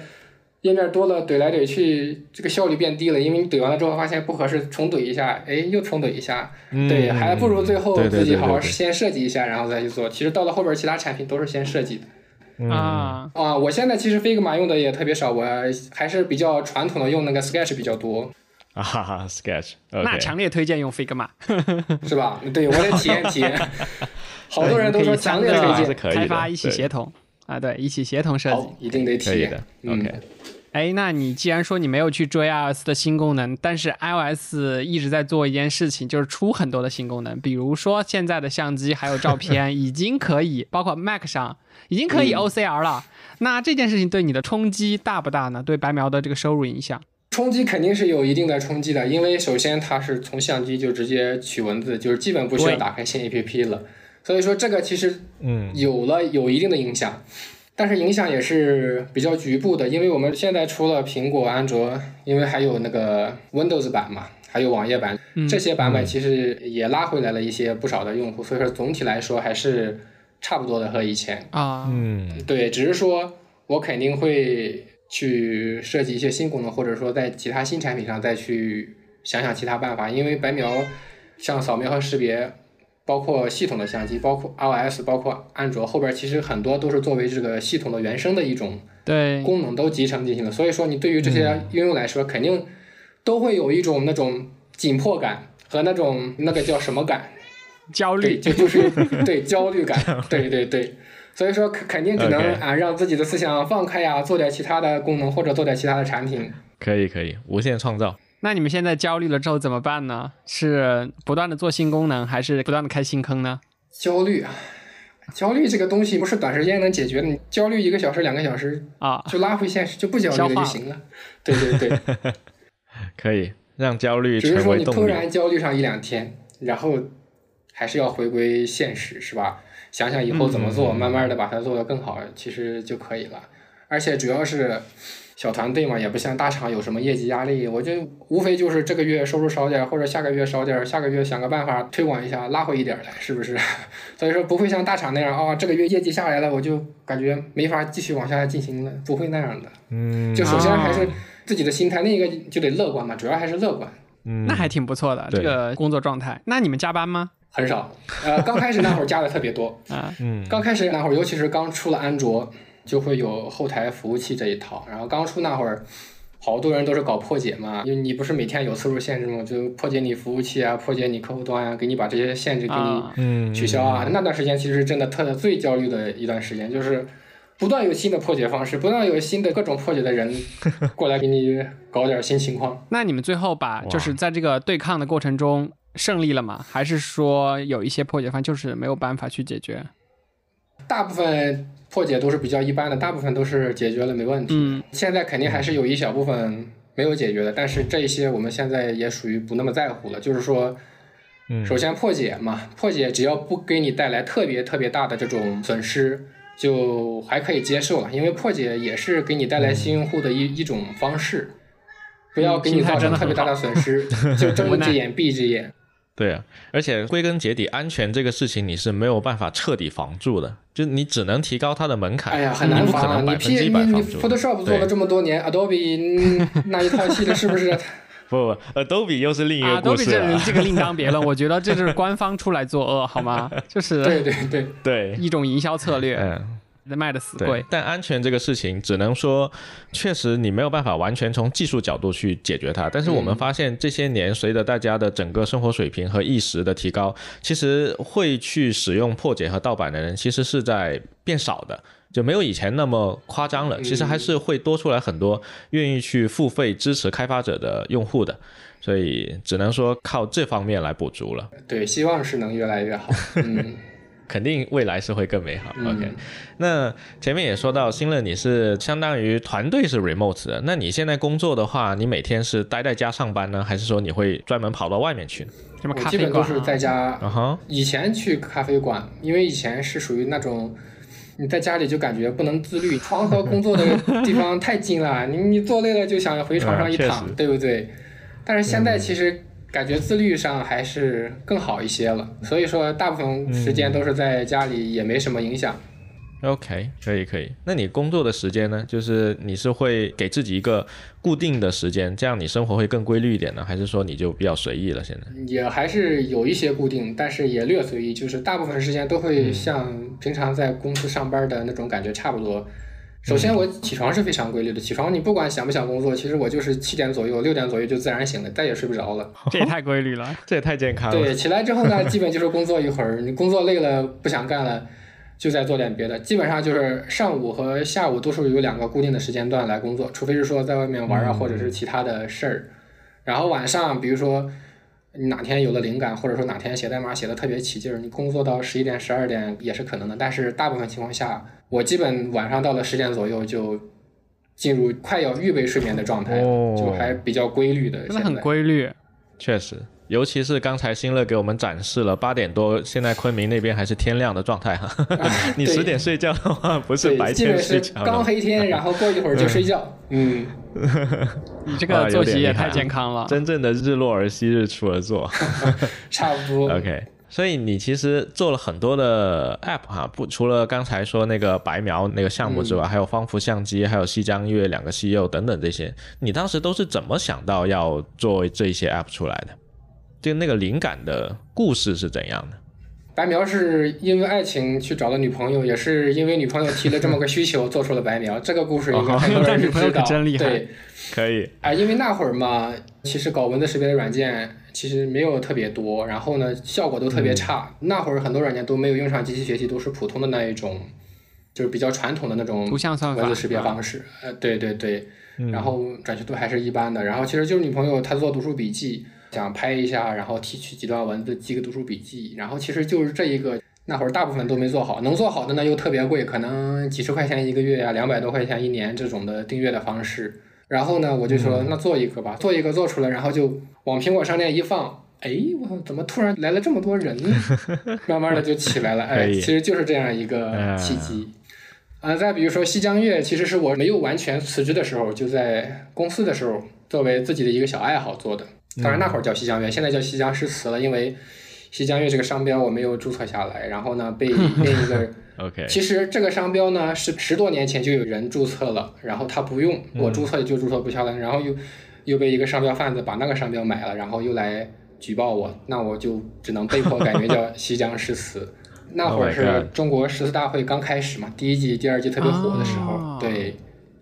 Speaker 3: 页面多了，怼来怼去，这个效率变低了，因为你怼完了之后发现不合适，重怼一下，哎，又重怼一下，
Speaker 1: 嗯
Speaker 3: 对，还不如最后
Speaker 1: 对对
Speaker 3: 自己
Speaker 1: 对
Speaker 3: 好好
Speaker 1: 对对
Speaker 3: 先设计一下，然后再去做。其实到了后边，其他产品都是先设计的。
Speaker 2: 啊，
Speaker 3: 啊，我现在其实 Figma 用的也特别少，我还是比较传统的用那个 Sketch 比 较多，
Speaker 1: 啊哈哈，Sketch，
Speaker 2: 那强烈推荐用 Figma，
Speaker 3: 是吧？对，我得体验体验。 好多人都说强烈
Speaker 1: 对
Speaker 3: 推
Speaker 1: 还是
Speaker 3: 荐，
Speaker 1: 可以的
Speaker 2: 开发一起协同啊，对，一起协同设计
Speaker 3: 好。，一定得体
Speaker 1: 可以
Speaker 3: 验
Speaker 1: 的。
Speaker 3: 嗯
Speaker 1: ，OK，
Speaker 2: 哎，那你既然说你没有去追 iOS 的新功能，但是 iOS 一直在做一件事情，就是出很多的新功能，比如说现在的相机还有照片已经可以，包括 Mac 上已经可以 OCR 了。那这件事情对你的冲击大不大呢？对白描的这个收入影响？
Speaker 3: 冲击肯定是有一定的冲击的，因为首先它是从相机就直接取文字，就是基本不需要
Speaker 2: 对
Speaker 3: 打开新 APP 了，所以说这个其实
Speaker 1: 嗯，
Speaker 3: 有了有一定的影响，但是影响也是比较局部的，因为我们现在除了苹果、安卓，因为还有那个 Windows 版嘛，还有网页版，这些版本其实也拉回来了一些不少的用户，所以说总体来说还是差不多的和以前。
Speaker 2: 啊、
Speaker 1: 嗯，
Speaker 3: 对，只是说我肯定会去设计一些新功能，或者说在其他新产品上再去想想其他办法，因为白描像扫描和识别，包括系统的相机，包括 iOS，包括安卓后边，其实很多都是作为这个系统的原生的一种
Speaker 2: 对，
Speaker 3: 功能都集成进去了。所以说，你对于这些应用来说，肯定都会有一种那种紧迫感和那种那个叫什么感，
Speaker 2: 焦
Speaker 3: 对，
Speaker 2: 虑，
Speaker 3: 就就是 对焦虑感，对对对。所以说肯肯定只能
Speaker 1: OK
Speaker 3: 啊让自己的思想放开呀、做点其他的功能或者做点其他的产品。
Speaker 1: 可以可以，无限创造。
Speaker 2: 那你们现在焦虑了之后怎么办呢？是不断的做新功能，还是不断的开新坑呢？
Speaker 3: 焦虑啊，焦虑这个东西不是短时间能解决的，你焦虑一个小时两个小时
Speaker 2: 啊，
Speaker 3: 就拉回现实，就不焦
Speaker 2: 消
Speaker 3: 虑了
Speaker 2: 化
Speaker 3: 就行了。对对对，
Speaker 1: 可以让焦虑
Speaker 3: 只是
Speaker 1: 成
Speaker 3: 说
Speaker 1: 为
Speaker 3: 你突
Speaker 1: 动力。
Speaker 3: 然焦虑上一两天，然后还是要回归现实，是吧？想想以后怎么做，慢
Speaker 1: 嗯
Speaker 3: 慢的把它做得更好，其实就可以了。而且主要是小团队嘛，也不像大厂有什么业绩压力，我就无非就是这个月收入少点儿，或者下个月少点儿，下个月想个办法推广一下，拉回一点儿来，是不 是？所以说不会像大厂那样啊、这个月业绩下来了，我就感觉没法继续往下进行了，不会那样的。
Speaker 1: 嗯
Speaker 3: 就首先还是
Speaker 2: 啊
Speaker 3: 自己的心态，另一个就得乐观嘛，主要还是乐观。
Speaker 1: 嗯
Speaker 2: 那还挺不错的这
Speaker 1: 对
Speaker 2: 个工作状态。那你们加班吗？
Speaker 3: 很少，呃，刚开始那会儿加的特别多，
Speaker 2: 啊，
Speaker 1: 嗯
Speaker 3: 刚开始那会儿，尤其是刚出了安卓，就会有后台服务器这一套。然后刚出那会儿，好多人都是搞破解嘛，因为你不是每天有次数限制吗？就破解你服务器啊，破解你客户端啊，给你把这些限制给
Speaker 2: 啊
Speaker 3: 你
Speaker 1: 嗯
Speaker 3: 取消啊。那段时间其实是真的特的最焦虑的一段时间，就是不断有新的破解方式，不断有新的各种破解的人过来给你搞点新情况。
Speaker 2: 那你们最后把
Speaker 1: 哇
Speaker 2: 就是在这个对抗的过程中胜利了吗？还是说有一些破解方就是没有办法去解决？
Speaker 3: 大部分破解都是比较一般的，大部分都是解决了没问题。
Speaker 2: 嗯，
Speaker 3: 现在肯定还是有一小部分没有解决的，但是这一些我们现在也属于不那么在乎了。就是说，
Speaker 1: 嗯
Speaker 3: 首先破解嘛，破解只要不给你带来特别特别大的这种损失，就还可以接受了，因为破解也是给你带来新用户的
Speaker 1: 嗯
Speaker 3: 一一种方式，不要给你造成特别大的损失，就睁一只眼闭一 只眼。
Speaker 1: 对啊，而且归根结底，安全这个事情你是没有办法彻底防住的，就你只能提高它的门槛。
Speaker 3: 哎呀，很
Speaker 1: 你
Speaker 3: 难
Speaker 1: 不可
Speaker 3: 防啊！
Speaker 1: 能百分
Speaker 3: 你 P
Speaker 1: 之一
Speaker 3: 你
Speaker 1: 百
Speaker 3: 你
Speaker 1: 防住。
Speaker 3: Photoshop 做
Speaker 1: 对
Speaker 3: 了这么多年，Adobe 嗯那一套系列是 不是？
Speaker 1: 不不，Adobe 又是另一
Speaker 2: 啊，
Speaker 1: 个
Speaker 2: 都
Speaker 1: 故
Speaker 2: 比
Speaker 1: 事
Speaker 2: 这
Speaker 1: 了。
Speaker 2: 这个另当别论。我觉得这就是官方出来作恶，好吗？ 就是
Speaker 3: 对对对，
Speaker 1: 对，
Speaker 2: 一种营销策略，
Speaker 1: 嗯，
Speaker 2: 卖的死
Speaker 1: 对
Speaker 2: 贵。。
Speaker 1: 但安全这个事情，只能说，确实你没有办法完全从技术角度去解决它。但是我们发现这些年，随着大家的整个生活水平和意识的提高，其实会去使用破解和盗版的人，其实是在变少的。就没有以前那么夸张了，其实还是会多出来很多愿意去付费支持开发者的用户的，所以只能说靠这方面来补足了，
Speaker 3: 对，希望是能越来越好。嗯
Speaker 1: 肯定未来是会更美好。
Speaker 3: 嗯
Speaker 1: OK，那前面也说到，新乐你是相当于团队是 remote 的，那你现在工作的话，你每天是待在家上班呢，还是说你会专门跑到外面去呢？
Speaker 2: 什么
Speaker 3: 我
Speaker 2: 咖
Speaker 3: 基
Speaker 2: 啡
Speaker 3: 本都
Speaker 2: 馆
Speaker 3: 是在
Speaker 2: 啊？
Speaker 3: 家
Speaker 1: 啊哈，
Speaker 3: 以前去咖啡馆，因为以前是属于那种。你在家里就感觉不能自律，床和工作的 地方太近了，你你坐累了就想回床上一
Speaker 1: 嗯确
Speaker 3: 躺，
Speaker 1: 实嗯
Speaker 3: 对不对？但是现在其实感觉自律上还是更好一些了，所以说大部分时
Speaker 1: 嗯
Speaker 3: 间都是在家里，也没什么影响。
Speaker 1: OK，可以可以。那你工作的时间呢？就是你是会给自己一个固定的时间，这样你生活会更规律一点呢，还是说你就比较随意了？现在
Speaker 3: 也还是有一些固定，但是也略随意，就是大部分时间都会像平常在公司上班的那种感觉差不多。首先，我起床是非常规律的，起床你不管想不想工作，其实我就是七点左右、六点左右就自然醒了，再也睡不着了。
Speaker 2: 这也太规律了。
Speaker 1: 这也太健康了。
Speaker 3: 对，起来之 后呢，基本就是工作一会儿，你工作累了不想干了，就再做点别的。基本上就是上午和下午都是有两个固定的时间段来工作，除非是说在外面玩啊，或者
Speaker 1: 嗯
Speaker 3: 是其他的事儿。然后晚上，比如说你哪天有了灵感，或者说哪天写代码写的特别起劲儿，你工作到十一点、十二点也是可能的。但是大部分情况下，我基本晚上到了十点左右就。进入快要预备睡眠的状态了，
Speaker 1: 哦
Speaker 3: 就还比较规律的，
Speaker 2: 真的很规律。
Speaker 1: 确实，尤其是刚才新乐给我们展示了八点多，现在昆明那边还是天亮的状态哈。 你
Speaker 3: 对
Speaker 1: 十点睡觉的话，不是
Speaker 3: 对，
Speaker 1: 白
Speaker 3: 基
Speaker 1: 天
Speaker 3: 本
Speaker 1: 睡
Speaker 3: 是
Speaker 1: 觉
Speaker 3: 刚
Speaker 1: 了，
Speaker 3: 黑天，然后过一会儿就睡 觉。嗯，
Speaker 2: 你这
Speaker 1: 啊
Speaker 2: 个
Speaker 1: 有
Speaker 2: 作
Speaker 1: 点
Speaker 2: 息也
Speaker 1: 厉害
Speaker 2: 太
Speaker 1: 啊
Speaker 2: 健康了。
Speaker 1: 真正的日落而息，日出而作。
Speaker 3: 差不多。
Speaker 1: OK，所以你其实做了很多的 App 哈，不除了刚才说那个白描那个项目之
Speaker 3: 嗯
Speaker 1: 外，还有方福相机，还有西江月两个西柚等等这些，你当时都是怎么想到要做这些 App 出来的？就那个灵感的故事是怎样的？
Speaker 3: 白描是因为爱情去找了女朋友，也是因为女朋友提了这么个需求做出了白描。这个故事应
Speaker 1: 啊
Speaker 3: 该很多人
Speaker 2: 哦
Speaker 3: 是
Speaker 2: 女朋友
Speaker 3: 知
Speaker 2: 可
Speaker 3: 道，
Speaker 2: 真厉害
Speaker 3: 对，
Speaker 1: 可以，
Speaker 3: 哎，因为那会儿嘛，其实搞文字识别的软件其实没有特别多，然后呢，效果都特
Speaker 1: 嗯
Speaker 3: 别差。那会儿很多软件都没有用上机器学习，都是普通的那一种，就是比较传统的那种
Speaker 2: 图像算法
Speaker 3: 文字识别方式。呃，对对对，
Speaker 1: 嗯
Speaker 3: 然后准确度还是一般的。然后其实就是女朋友她做读书笔记，想拍一下，然后提取几段文字记个读书笔记，然后其实就是这一个。那会儿大部分都没做好，能做好的呢又特别贵，可能几十块钱一个月啊，两百多块钱一年这种的订阅的方式。然后呢，我就
Speaker 1: 嗯
Speaker 3: 说那做一个吧，做一个做出来，然后就往苹果商店一放，哎，我怎么突然来了这么多人 呢？慢慢的就起来了，哎，
Speaker 1: 可以
Speaker 3: 其实就是这样一个契机。啊，再比如说西江月，其实是我没有完全辞职的时候，就在公司的时候，作为自己的一个小爱好做的。当然那会儿叫西江月，现在叫西江诗词了，因为西江月这个商标我没有注册下来，然后呢被另一个
Speaker 1: OK，
Speaker 3: 其实这个商标呢是十多年前就有人注册了，然后他不用，
Speaker 1: 嗯
Speaker 3: 我注册就注册不下来，然后又又被一个商标贩子把那个商标买了，然后又来举报我，那我就只能被迫改名 叫西江诗词。那会
Speaker 1: Oh
Speaker 3: 儿
Speaker 1: my
Speaker 3: 是
Speaker 1: God
Speaker 3: 中国诗词大会刚开始嘛，第一季、第二季特别火的时候，
Speaker 2: 哦
Speaker 3: 对。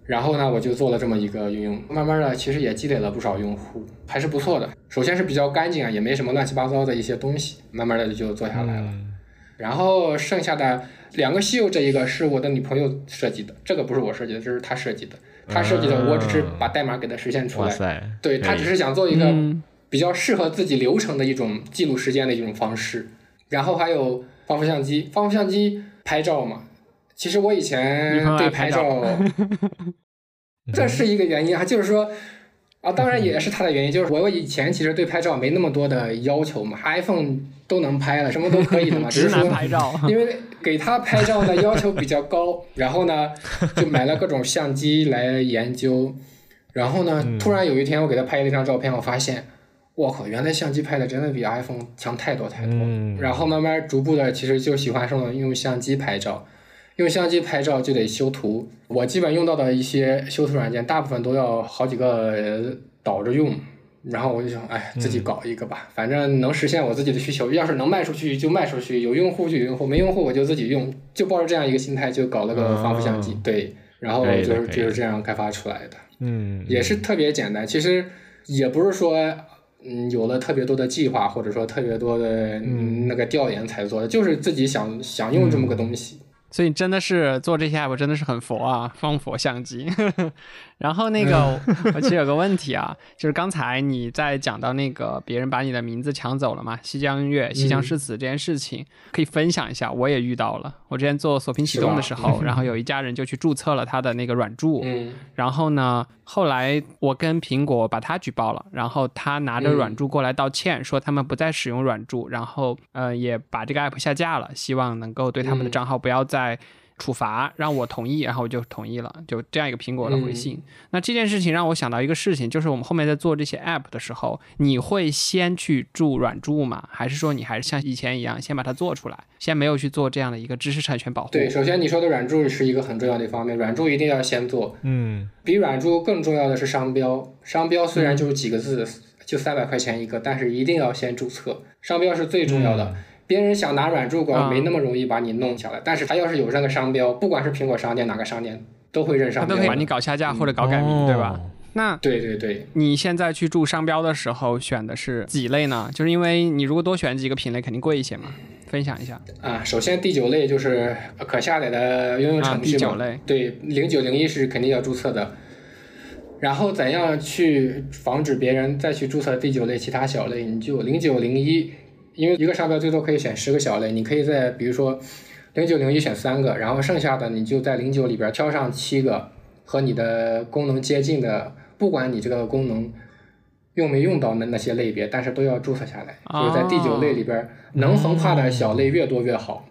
Speaker 3: 然后呢，我就做了这么一个应用，慢慢的其实也积累了不少用户，还是不错的。首先是比较干净啊，也没什么乱七八糟的一些东西，慢慢的就做下来了。然后剩下的两个西柚这一个是我的女朋友设计的，这个不是我设计的，这是她设计的。她设计的，我只是把代码给她实现出
Speaker 1: 哇
Speaker 3: 来。
Speaker 1: 塞，
Speaker 3: 对，
Speaker 1: 可
Speaker 3: 她
Speaker 1: 以
Speaker 3: 只是想做一个
Speaker 2: 嗯
Speaker 3: 比较适合自己流程的一种记录时间的一种方式。然后还有防辐相机，防辐相机拍照嘛，其实我以
Speaker 2: 女
Speaker 3: 前
Speaker 2: 朋友爱
Speaker 3: 对
Speaker 2: 拍
Speaker 3: 拍
Speaker 2: 照
Speaker 3: 照， 这是一个原因啊，就是说。啊，当然也是他的原因，就是我我以前其实对拍照没那么多的要求嘛，iPhone 都能拍了，什么都可以的嘛，只
Speaker 2: 直
Speaker 3: 是说
Speaker 2: 男拍照，
Speaker 3: 因为给他拍照呢要求比较高， 然后呢就买了各种相机来研究，然后呢突然有一天我给他拍了一张照片，我发现，我靠，原来相机拍的真的比 iPhone 强太多太多。
Speaker 1: 嗯
Speaker 3: 然后慢慢逐步的，其实就喜欢上了用相机拍照，用相机拍照就得修图，我基本用到的一些修图软件，大部分都要好几个呃导着用。然后我就想，哎，自
Speaker 1: 嗯
Speaker 3: 己搞一个吧，反正能实现我自己的需求。要是能卖出去就卖出去，有用户就有用户，没用户我就自己用，就抱着这样一个心态就搞了个防辐相机，
Speaker 1: 哦
Speaker 3: 对，然后
Speaker 1: 可以的
Speaker 3: 就是
Speaker 1: 可以
Speaker 3: 就是
Speaker 1: 的
Speaker 3: 这样开发出来的。
Speaker 1: 嗯，
Speaker 3: 也是特别简单。其实也不是说，嗯，有了特别多的计划，或者说特别多的、嗯、那个调研才做的，就是自己想想用这么个
Speaker 2: 嗯
Speaker 3: 东西。
Speaker 2: 所以真的是做这些 app 真的是很佛啊，方佛相机。 然后那个， 我其实有个问题啊，就是刚才你在讲到那个别人把你的名字抢走了嘛，西江音乐、西江诗词这件事情，可以分享一下，我也遇到了。我之前做锁屏启动的时候，然后有一家人就去注册了他的那个软注，
Speaker 3: 嗯
Speaker 2: 然后呢，后来我跟苹果把他举报了，然后他拿着软注过来道歉，说他们不再使用软注，然后呃也把这个 app 下架了，希望能够对他们的
Speaker 3: 嗯
Speaker 2: 账号不要再处罚，让我同意，然后我就同意了，就这样一个苹果的回信。那这件事情让我想到一个事情，就是我们后面在做这些 app 的时候，你会先去注软注吗？还是说你还是像以前一样先把它做出来，先没有去做这样的一个知识产权保护？
Speaker 3: 对，首先你说的软注是一个很重要的一方面，软注一定要先做。
Speaker 1: 嗯
Speaker 3: 比软注更重要的是商标，商标
Speaker 2: 嗯
Speaker 3: 虽然就是几个字，就三百块钱一个，但是一定要先注册，商标是最重要的。别人想拿软注
Speaker 2: 嗯啊
Speaker 3: 管没那么容易把你弄下来，但是他要是有那个商标，不管是苹果商店哪个商店都会认
Speaker 2: 它
Speaker 3: 商
Speaker 2: 都
Speaker 3: 标
Speaker 2: 可以把
Speaker 3: 的。
Speaker 2: 你搞下架或者搞改名，
Speaker 3: 哦
Speaker 2: 对吧？？那
Speaker 3: 对对对，
Speaker 2: 你现在去注商标的时候选的是几类呢？就是因为你如果多选几个品类，肯定贵一些嘛。分享一下
Speaker 3: 啊，首先第九类就是可下载的应用
Speaker 2: 啊，
Speaker 3: 程
Speaker 2: 第
Speaker 3: 序
Speaker 2: 九
Speaker 3: 嘛，
Speaker 2: 类，
Speaker 3: 对，零九零一是肯定要注册的。然后怎样去防止别人再去注册第九类其他小类？你就零九零一，因为一个商标最多可以选十个小类，你可以在比如说零九零一选三个，然后剩下的你就在零九里边挑上七个和你的功能接近的，不管你这个功能用没用到那那些类别，但是都要注册下来。就是在第九类里边，能横跨的小类越多越好，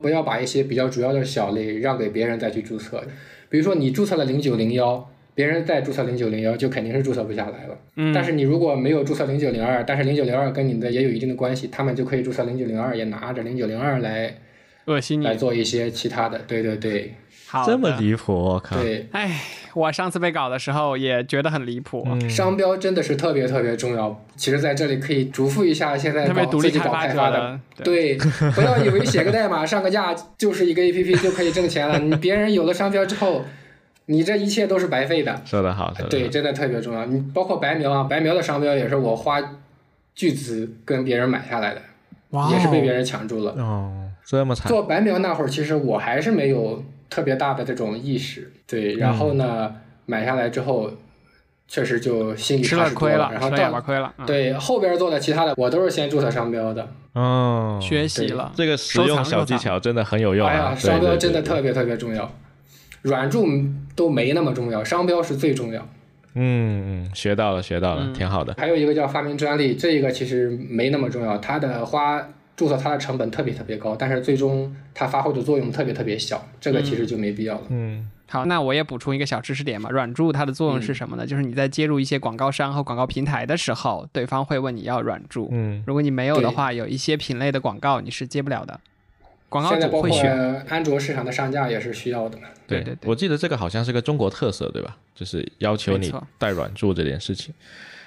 Speaker 3: 不要把一些比较主要的小类让给别人再去注册。比如说你注册了零九零幺，别人再注册零九零幺，就肯定是注册不下来了。
Speaker 2: 嗯，
Speaker 3: 但是你如果没有注册零九零二，但是零九零二跟你的也有一定的关系，他们就可以注册零九零二，也拿着零九零二来
Speaker 2: 恶心你
Speaker 3: 来做一些其他的。对对对
Speaker 2: 好
Speaker 1: 这么
Speaker 2: 的
Speaker 1: 离谱，我靠！
Speaker 3: 对，
Speaker 2: 哎，我上次被搞的时候也觉得很离谱。
Speaker 1: 嗯
Speaker 3: 商标真的是特别特别重要。其实在这里可以嘱咐一下现在
Speaker 2: 特别
Speaker 3: 搞
Speaker 2: 独
Speaker 3: 自
Speaker 2: 立
Speaker 3: 己
Speaker 2: 开
Speaker 3: 搞
Speaker 2: 发
Speaker 3: 开
Speaker 2: 者
Speaker 3: 发的
Speaker 2: 的，对
Speaker 3: 对， 不要以为写个代码、上个架就是一个 APP 就可以挣钱 了。你别人有了商标之后，你这一切都是白费的。
Speaker 1: 说得好，说得
Speaker 3: 对，
Speaker 1: 好。
Speaker 3: 真的特别重要。你包括白描啊，白描的商标也是我花巨资跟别人买下来的，
Speaker 2: 哇哦
Speaker 3: 也是被别人抢注了。
Speaker 1: 哦，这么惨，
Speaker 3: 做白描那会儿，其实我还是没有特别大的这种意识。对，然后呢，买下来之后，确实就心里
Speaker 2: 嗯吃
Speaker 3: 踏
Speaker 2: 了
Speaker 3: 实多
Speaker 2: 亏了，
Speaker 3: 然
Speaker 2: 吃
Speaker 3: 后
Speaker 2: 了哑巴
Speaker 3: 到
Speaker 2: 亏了，嗯，
Speaker 3: 对后边做的其他的，我都是先注册商标的。
Speaker 1: 哦，
Speaker 2: 嗯学习
Speaker 3: 嗯对
Speaker 2: 了。
Speaker 1: 这个实用小技巧真的很有用
Speaker 3: 哎
Speaker 1: 啊
Speaker 3: 呀，！
Speaker 1: 对
Speaker 3: 商标
Speaker 1: 对
Speaker 3: 真的
Speaker 1: 对
Speaker 3: 特别特别重要，软著都没那么重要，商标是最重要。
Speaker 1: 嗯嗯，学到了，学到了，挺好的。
Speaker 3: 还有一个叫发明专利，这一个其实没那么重要，它的花注册它的成本特别特别高，但是最终它发挥的作用特别特别小，这个其实就没必要了。
Speaker 1: 嗯，
Speaker 2: 好，那我也补充一个小知识点嘛，软注它的作用
Speaker 3: 嗯
Speaker 2: 是什么呢？就是你在接入一些广告商和广告平台的时候，对方会问你要软注，
Speaker 1: 嗯，
Speaker 2: 如果你没有的话，有一些品类的广告你是接不了的，广告
Speaker 3: 现在
Speaker 2: 主
Speaker 3: 包括
Speaker 2: 会选。
Speaker 3: 安卓市场的上架也是需要的嘛。
Speaker 2: 对对对
Speaker 1: 我记得这个好像是个中国特色，对吧？就是要求
Speaker 2: 没
Speaker 1: 你
Speaker 2: 错
Speaker 1: 带软注这件事情。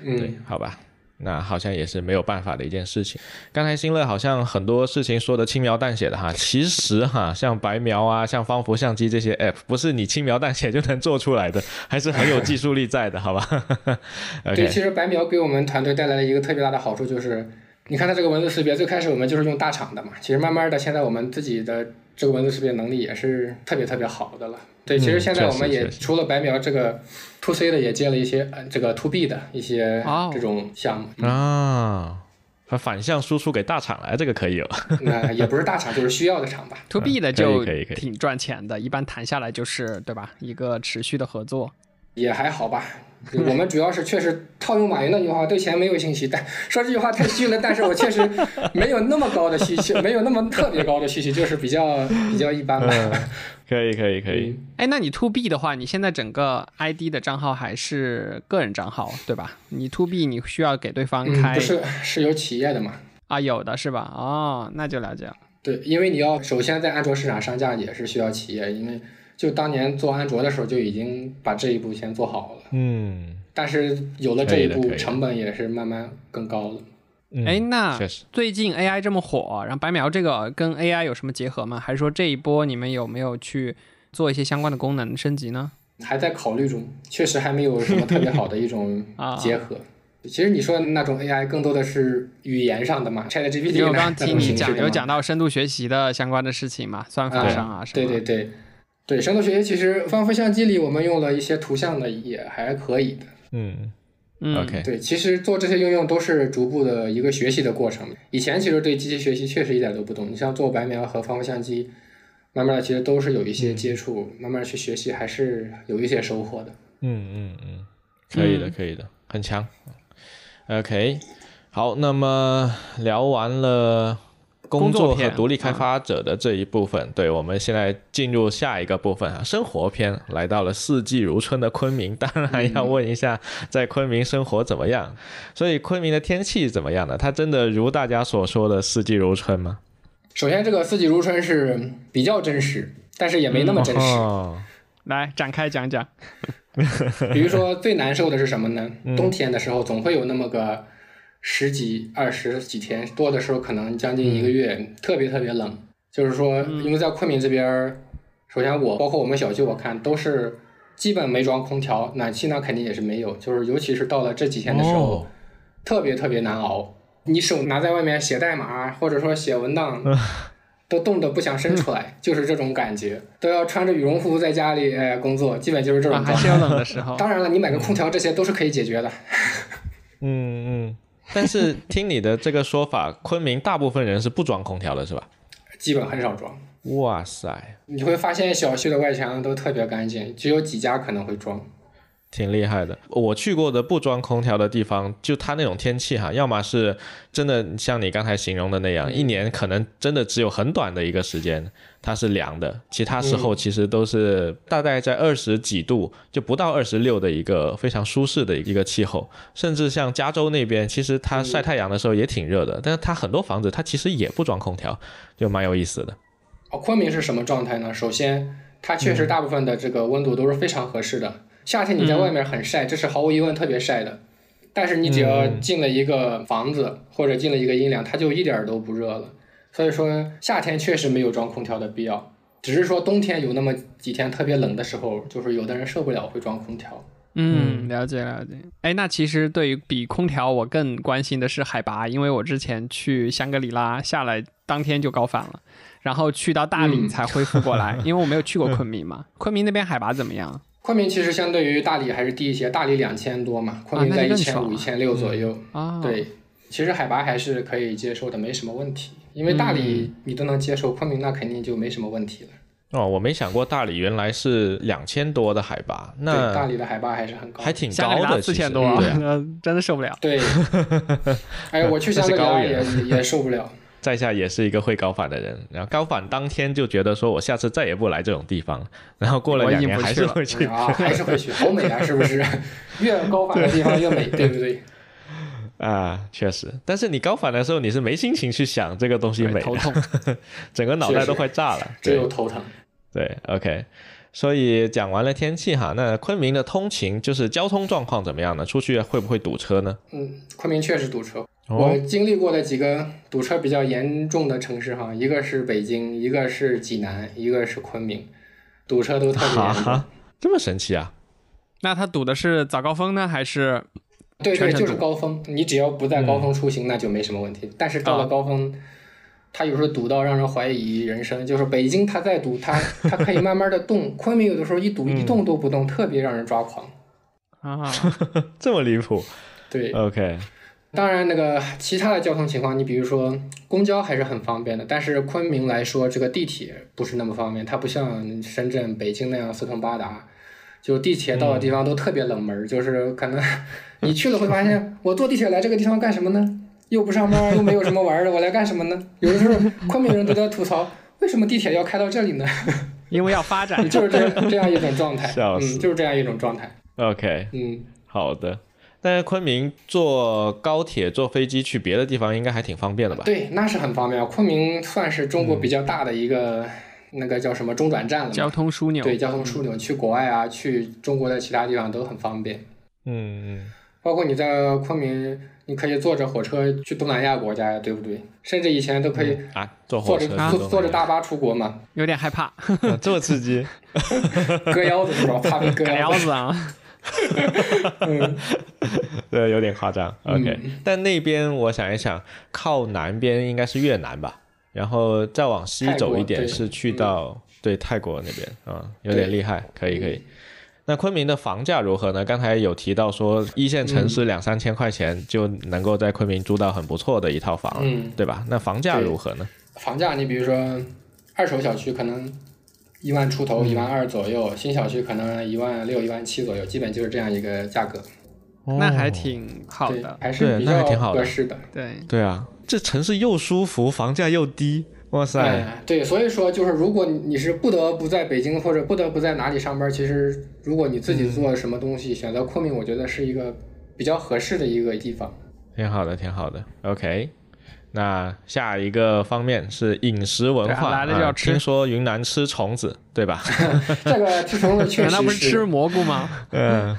Speaker 1: 对
Speaker 3: 嗯，，
Speaker 1: 好吧，那好像也是没有办法的一件事情。刚才新乐好像很多事情说的轻描淡写的哈，其实哈，像白描啊、像方幅相机这些 app，不是你轻描淡写就能做出来的，还是很有技术力在的，好吧
Speaker 3: 对，
Speaker 1: ？OK，
Speaker 3: 其实白描给我们团队带来了一个特别大的好处，就是你看它这个文字识别，最开始我们就是用大厂的嘛，其实慢慢的现在我们自己的这个文字识别能力也是特别特别好的了。对，其实现在我
Speaker 1: 嗯
Speaker 3: 们
Speaker 1: 确
Speaker 3: 也
Speaker 1: 实确
Speaker 3: 除了白描这个 to C 的，也接了一些呃这个 to B 的一些
Speaker 2: 哦
Speaker 3: 这种 项目。
Speaker 1: 啊，它反向输出给大厂来，这个可以有。
Speaker 3: 那也不是大厂，就是需要的厂吧。
Speaker 2: to B 的
Speaker 1: 嗯可以
Speaker 2: 就
Speaker 1: 可以可以
Speaker 2: 挺赚钱的，一般谈下来就是对吧？一个持续的合作，
Speaker 3: 也还 好吧。我们主要是确实套用马云那句话，对钱没有兴趣，但说这句话太虚了。但是我确实没有那么高的需求，没有那么特别高的需求，就是比较比较一般吧。
Speaker 1: 可以可以嗯可以，
Speaker 2: 哎，那你 to B 的话，你现在整个 ID 的账号还是个人账号对吧？你 to B 你需要给对方
Speaker 3: 嗯，
Speaker 2: 开、
Speaker 3: 不是是有企业的嘛？
Speaker 2: 啊，有的是吧？哦，那就了解了。
Speaker 3: 对，因为你要首先在安卓市场上架也是需要企业，因为就当年做安卓的时候就已经把这一步先做好了，
Speaker 1: 嗯，
Speaker 3: 但是有了这一
Speaker 1: 可以的
Speaker 3: 步
Speaker 1: 可以，的
Speaker 3: 成本也是慢慢更高了。
Speaker 1: 嗯
Speaker 2: 哎、那
Speaker 1: 确实
Speaker 2: 最近 AI 这么火，然后白描这个跟 AI 有什么结合吗？还是说这一波你们有没有去做一些相关的功能升级呢？
Speaker 3: 还在考虑中，确实还没有什么特别好的一种
Speaker 2: 啊
Speaker 3: 结合。其实你说的那种 AI 更多的是语言上的嘛
Speaker 2: 因为
Speaker 3: ，ChatGPT
Speaker 2: 我
Speaker 3: 那
Speaker 2: 刚刚
Speaker 3: 那
Speaker 2: 听
Speaker 3: 种
Speaker 2: 你
Speaker 3: 形式
Speaker 2: 讲，
Speaker 3: 的
Speaker 2: 有
Speaker 3: 嘛哎
Speaker 2: 讲到深度学习的相关的事情嘛，算法上啊什么
Speaker 3: 对
Speaker 2: 的。
Speaker 3: 对对对，深度学习其实方幅相机里我们用了一些图像的也还可以的。
Speaker 1: 嗯
Speaker 2: 嗯
Speaker 1: OK
Speaker 3: 对，其实做这些应用都是逐步的一个学习的过程。以前其实对机器学习确实一点都不懂，你像做白描和方幅相机，慢慢的其实都是有一
Speaker 2: 嗯
Speaker 3: 些接触，慢慢地去学习还是有一些收获的。
Speaker 1: 嗯嗯嗯，可以的，可以的，很强。OK，好，那么聊完了工
Speaker 2: 工作
Speaker 1: 作和
Speaker 2: 篇
Speaker 1: 独立开发者的这一部分，对，我们现在进入下一个部分啊，生活篇，来到了四季如春的昆明，当然要问一下，在昆明生活怎么样？ 所以昆明的天气怎么样呢？它真的如大家所说的四季如春吗？
Speaker 3: 首先，这个四季如春是比较真实，但是也没那么真实。
Speaker 1: 哦，
Speaker 2: 来展开讲讲。
Speaker 3: 比如说，最难受的是什么呢？冬天的时候总会有那么个十几、二十几天，多的时候可能将近一个月，特别特别冷。就是说，因为在昆明这边儿，首先我包括我们小区，我看都是基本没装空调，暖气那肯定也是没有。就是尤其是到了这几天的时候，
Speaker 1: 哦
Speaker 3: 特别特别难熬。你手拿在外面写代码，或者说写文档，都冻得不想伸出来，就是这种感觉。都要穿着羽绒服在家里哎工作，基本就是这
Speaker 2: 啊，
Speaker 3: 种
Speaker 2: 还
Speaker 3: 状
Speaker 2: 是
Speaker 3: 态。
Speaker 2: 有冷的时候。
Speaker 3: 当然了，你买个空调这些都是可以解决的。
Speaker 1: 嗯嗯，但是听你的这个说法，昆明大部分人是不装空调的，是吧？
Speaker 3: 基本很少装。
Speaker 1: 哇塞，
Speaker 3: 你会发现小区的外墙都特别干净，只有几家可能会装。
Speaker 1: 挺厉害的。我去过的不装空调的地方，就它那种天气哈，要么是真的像你刚才形容的那
Speaker 3: 嗯
Speaker 1: 样，一年可能真的只有很短的一个时间它是凉的，其他时
Speaker 3: 嗯
Speaker 1: 候其实都是大概在二十几度，就不到二十六的一个非常舒适的一个气候。甚至像加州那边，其实它
Speaker 3: 嗯
Speaker 1: 晒太阳的时候也挺热的，但是它很多房子它其实也不装空调，就蛮有意思的。
Speaker 3: 哦，昆明是什么状态呢？首先，它确实大部分的这个温度都是非常合适的。夏天你在外面很晒，这是毫无疑问特别晒的。但是你只要
Speaker 1: 嗯
Speaker 3: 进了一个房子或者进了一个阴凉，它就一点儿都不热了。所以说夏天确实没有装空调的必要，只是说冬天有那么几天特别冷的时候，就是有的人受不了会装空调。
Speaker 2: 嗯，了解了解。哎，那其实对于比空调，我更关心的是海拔，因为我之前去香格里拉下来，当天就高反了，然后去到大理
Speaker 3: 嗯
Speaker 2: 才恢复过来，因为我没有去过昆明嘛。昆明那边海拔怎么样？
Speaker 3: 昆明其实相对于大理还是低一些，大理两千多嘛，昆明
Speaker 2: 啊那
Speaker 3: 在
Speaker 2: 就
Speaker 3: 一
Speaker 2: 更
Speaker 3: 千
Speaker 2: 爽
Speaker 3: 五、
Speaker 2: 了
Speaker 3: 一千六左右。
Speaker 2: 啊，，
Speaker 3: 对，其实海拔还是可以接受的，没什么问题。因为大理你都能接受，昆明那肯定就没什么问题了。
Speaker 1: 哦，我没想过大理原来是两千多的海拔，
Speaker 3: 对，大
Speaker 1: 那
Speaker 3: 理的海拔还是很高
Speaker 1: 还。挺
Speaker 2: 香格里
Speaker 1: 高
Speaker 2: 拉
Speaker 1: 的，
Speaker 2: 四
Speaker 1: 其
Speaker 2: 千
Speaker 1: 实
Speaker 2: 多，
Speaker 1: 对啊
Speaker 2: 真的受不了。
Speaker 3: 对，哎，我去
Speaker 1: 这
Speaker 3: 香
Speaker 1: 是
Speaker 3: 格里
Speaker 1: 高
Speaker 3: 拉也
Speaker 1: 原
Speaker 3: 也也受不了。
Speaker 1: 在下也是一个会高反的人，然后高反当天就觉得说我下次再也不来这种地方了，然后过了
Speaker 2: 我已
Speaker 1: 两
Speaker 2: 经
Speaker 1: 年
Speaker 2: 不
Speaker 1: 还
Speaker 2: 去
Speaker 1: 是
Speaker 2: 了
Speaker 1: 会去。
Speaker 3: 啊，还是会去，好美啊，是不是？越高反的地方越美，对不对？
Speaker 1: 啊，确实，但是你高反的时候，你是没心情去想这个东西
Speaker 2: 对
Speaker 1: 美
Speaker 2: 头
Speaker 1: 的，
Speaker 2: 痛，
Speaker 1: 整个脑
Speaker 3: 确
Speaker 1: 袋
Speaker 3: 实
Speaker 1: 都快炸 了。
Speaker 3: 只
Speaker 1: 对
Speaker 3: 有头疼。
Speaker 1: 对，OK。所以讲完了天气哈，那昆明的通勤就是交通状况怎么样呢？出去会不会堵车呢？
Speaker 3: 嗯，昆明确实堵车。
Speaker 1: 哦
Speaker 3: 我经历过的几个堵车比较严重的城市哈，一个是北京，一个是济南，一个是昆明，堵车都特别严重。
Speaker 1: 哈，这么神奇啊！
Speaker 2: 那他堵的是早高峰呢，还是
Speaker 3: 对
Speaker 2: 全
Speaker 3: 对，
Speaker 2: 程
Speaker 3: 就是
Speaker 2: 堵嗯
Speaker 3: 高峰，你只要不在高峰出行，那就没什么问题。但是到了
Speaker 2: 啊
Speaker 3: 高峰，它有时候堵到让人怀疑人生。就是北京它再堵，它它可以慢慢的动；昆明有的时候一
Speaker 2: 嗯
Speaker 3: 堵一动都不动，特别让人抓狂。
Speaker 2: 啊？
Speaker 1: 这么离谱
Speaker 3: 对，
Speaker 1: ，OK，
Speaker 3: 当然那个其他的交通情况，你比如说公交还是很方便的，但是昆明来说，这个地铁不是那么方便，它不像深圳、北京那样四通八达。就地铁到的地方都特别冷门儿，就是可能你去了会发现，我坐地铁来这个地方干什么呢？ 又不上班，又没有什么玩儿的，我来干什么呢？有的时候昆明人都在吐槽，为什么地铁要开到这里呢？，
Speaker 2: 因为要发展
Speaker 3: 就是这这样一种状态，
Speaker 1: 笑死
Speaker 3: 嗯，就是这样一种状态，
Speaker 1: OK，
Speaker 3: 嗯，
Speaker 1: 好的。但是昆明坐高铁、坐飞机去别的地方应该还挺方便的吧？
Speaker 3: 对，那是很方便。啊昆明算是中国比较大的一个、
Speaker 1: 嗯
Speaker 3: 那个叫什么中转站了嘛，
Speaker 2: 交通枢纽。
Speaker 3: 对交通枢纽，去国外啊，去中国的其他地方都很方便。
Speaker 1: 嗯，嗯
Speaker 3: 包括你在昆明，你可以坐着火车去东南亚国家呀，对不对？甚至以前都可以
Speaker 1: 啊，坐
Speaker 3: 坐
Speaker 1: 火
Speaker 3: 着
Speaker 1: 车
Speaker 3: 嗯坐、
Speaker 1: 去东南亚
Speaker 3: 坐着大巴出 国嘛，
Speaker 2: 有点害怕，
Speaker 1: 啊这么刺激，
Speaker 3: 割腰子是吧？怕被割嗯
Speaker 2: 赶
Speaker 3: 腰
Speaker 2: 腰
Speaker 3: 子。
Speaker 2: 子啊！
Speaker 1: 对，有点夸张。OK，、但
Speaker 3: 嗯
Speaker 1: 那边我想一想，靠南边应该是越南吧，然后再往西
Speaker 3: 泰
Speaker 1: 走
Speaker 3: 国
Speaker 1: 一点
Speaker 3: 对嗯
Speaker 1: 是去到对泰国那边啊、有点
Speaker 3: 对嗯
Speaker 1: 厉害，可以可以。那昆明的房价如何呢？刚才有提到说，一线城
Speaker 3: 嗯
Speaker 1: 市两三千块钱就能够在昆明租到很不错的一套房，
Speaker 3: 嗯
Speaker 1: 对吧？那房价
Speaker 3: 对
Speaker 1: 如何呢？
Speaker 3: 房价，你比如说二手小区可能一万
Speaker 1: 嗯
Speaker 3: 出头，一万二左右；新小区可能一万六、一万七左右，基本就是这样一个价格。
Speaker 1: 哦
Speaker 2: 那还挺好
Speaker 3: 对
Speaker 2: 的，，
Speaker 3: 还
Speaker 1: 对
Speaker 3: 是比
Speaker 1: 那还
Speaker 3: 较
Speaker 1: 挺好的
Speaker 3: 合适的。
Speaker 2: 对，
Speaker 1: 对啊，这城市又舒服，房价又低，哇塞！
Speaker 3: 哎对，所以说就是，如果你是不得不在北京或者不得不在哪里上班，其实如果你自
Speaker 1: 嗯
Speaker 3: 己做什么东西，选择昆明，我觉得是一个比较合适的一个地方。
Speaker 1: 挺好的，挺好的。OK，那下一个方面是饮食文
Speaker 2: 对啊
Speaker 1: 化，
Speaker 2: 来了就
Speaker 1: 啊
Speaker 2: 要吃
Speaker 1: 听说云南吃虫子，对 吧？
Speaker 3: 这个吃 虫子确
Speaker 2: 难道
Speaker 3: 实
Speaker 2: 不是吃蘑菇吗？
Speaker 1: 嗯，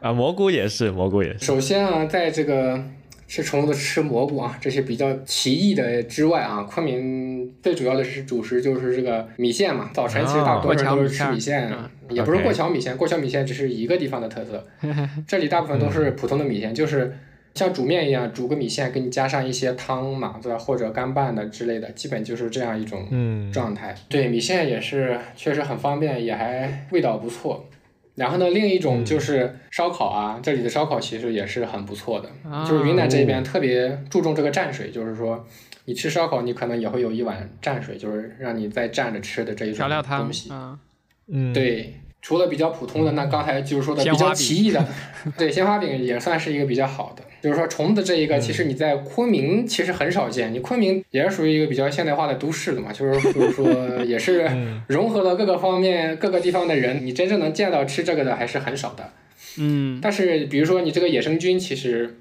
Speaker 1: 啊，蘑菇也是，蘑菇也是。
Speaker 3: 首先啊，在这个吃虫子、吃蘑菇啊这些比较奇异的之外啊，昆明最主要的是主食就是这个米线嘛。早晨其实大部分人都是吃米线，啊
Speaker 2: 哦
Speaker 3: 也不是
Speaker 1: 哦 OK
Speaker 3: 过桥米线，过桥米线只是一个地方的特色，这里大部分
Speaker 2: 嗯
Speaker 3: 都是普通的米线，就是。像煮面一样，煮个米线，给你加上一些汤码子或者干拌的之类的，基本就是这样一种
Speaker 1: 嗯，
Speaker 3: 状态。对，米线也是确实很方便，也还味道不错。然后呢，另一
Speaker 2: 嗯
Speaker 3: 种就是烧烤啊，这里的烧烤其实也是很不错的。
Speaker 2: 啊
Speaker 3: 就是云南这边特别注重这个蘸水，就是说你吃烧烤，你可能也会有一碗蘸水，就是让你再蘸着吃的这一
Speaker 2: 调
Speaker 3: 种
Speaker 2: 料汤
Speaker 3: 东西。
Speaker 2: 啊，
Speaker 1: 嗯，
Speaker 3: 对，除了比较普通的，那刚才就是说的
Speaker 2: 嗯鲜
Speaker 3: 比
Speaker 2: 花
Speaker 3: 较
Speaker 2: 饼
Speaker 3: 奇 异的，对，鲜花饼也算是一个比较好的。就是说虫子这
Speaker 2: 嗯
Speaker 3: 一个，其实你在昆明其实很少见，你昆明也是属于一个比较现代化的都市了嘛，就是就是说 也是
Speaker 2: 嗯
Speaker 3: 融合了各个方面、各个地方的人，你真正能见到吃这个的还是很少的。
Speaker 2: 嗯，
Speaker 3: 但是比如说你这个野生菌，其实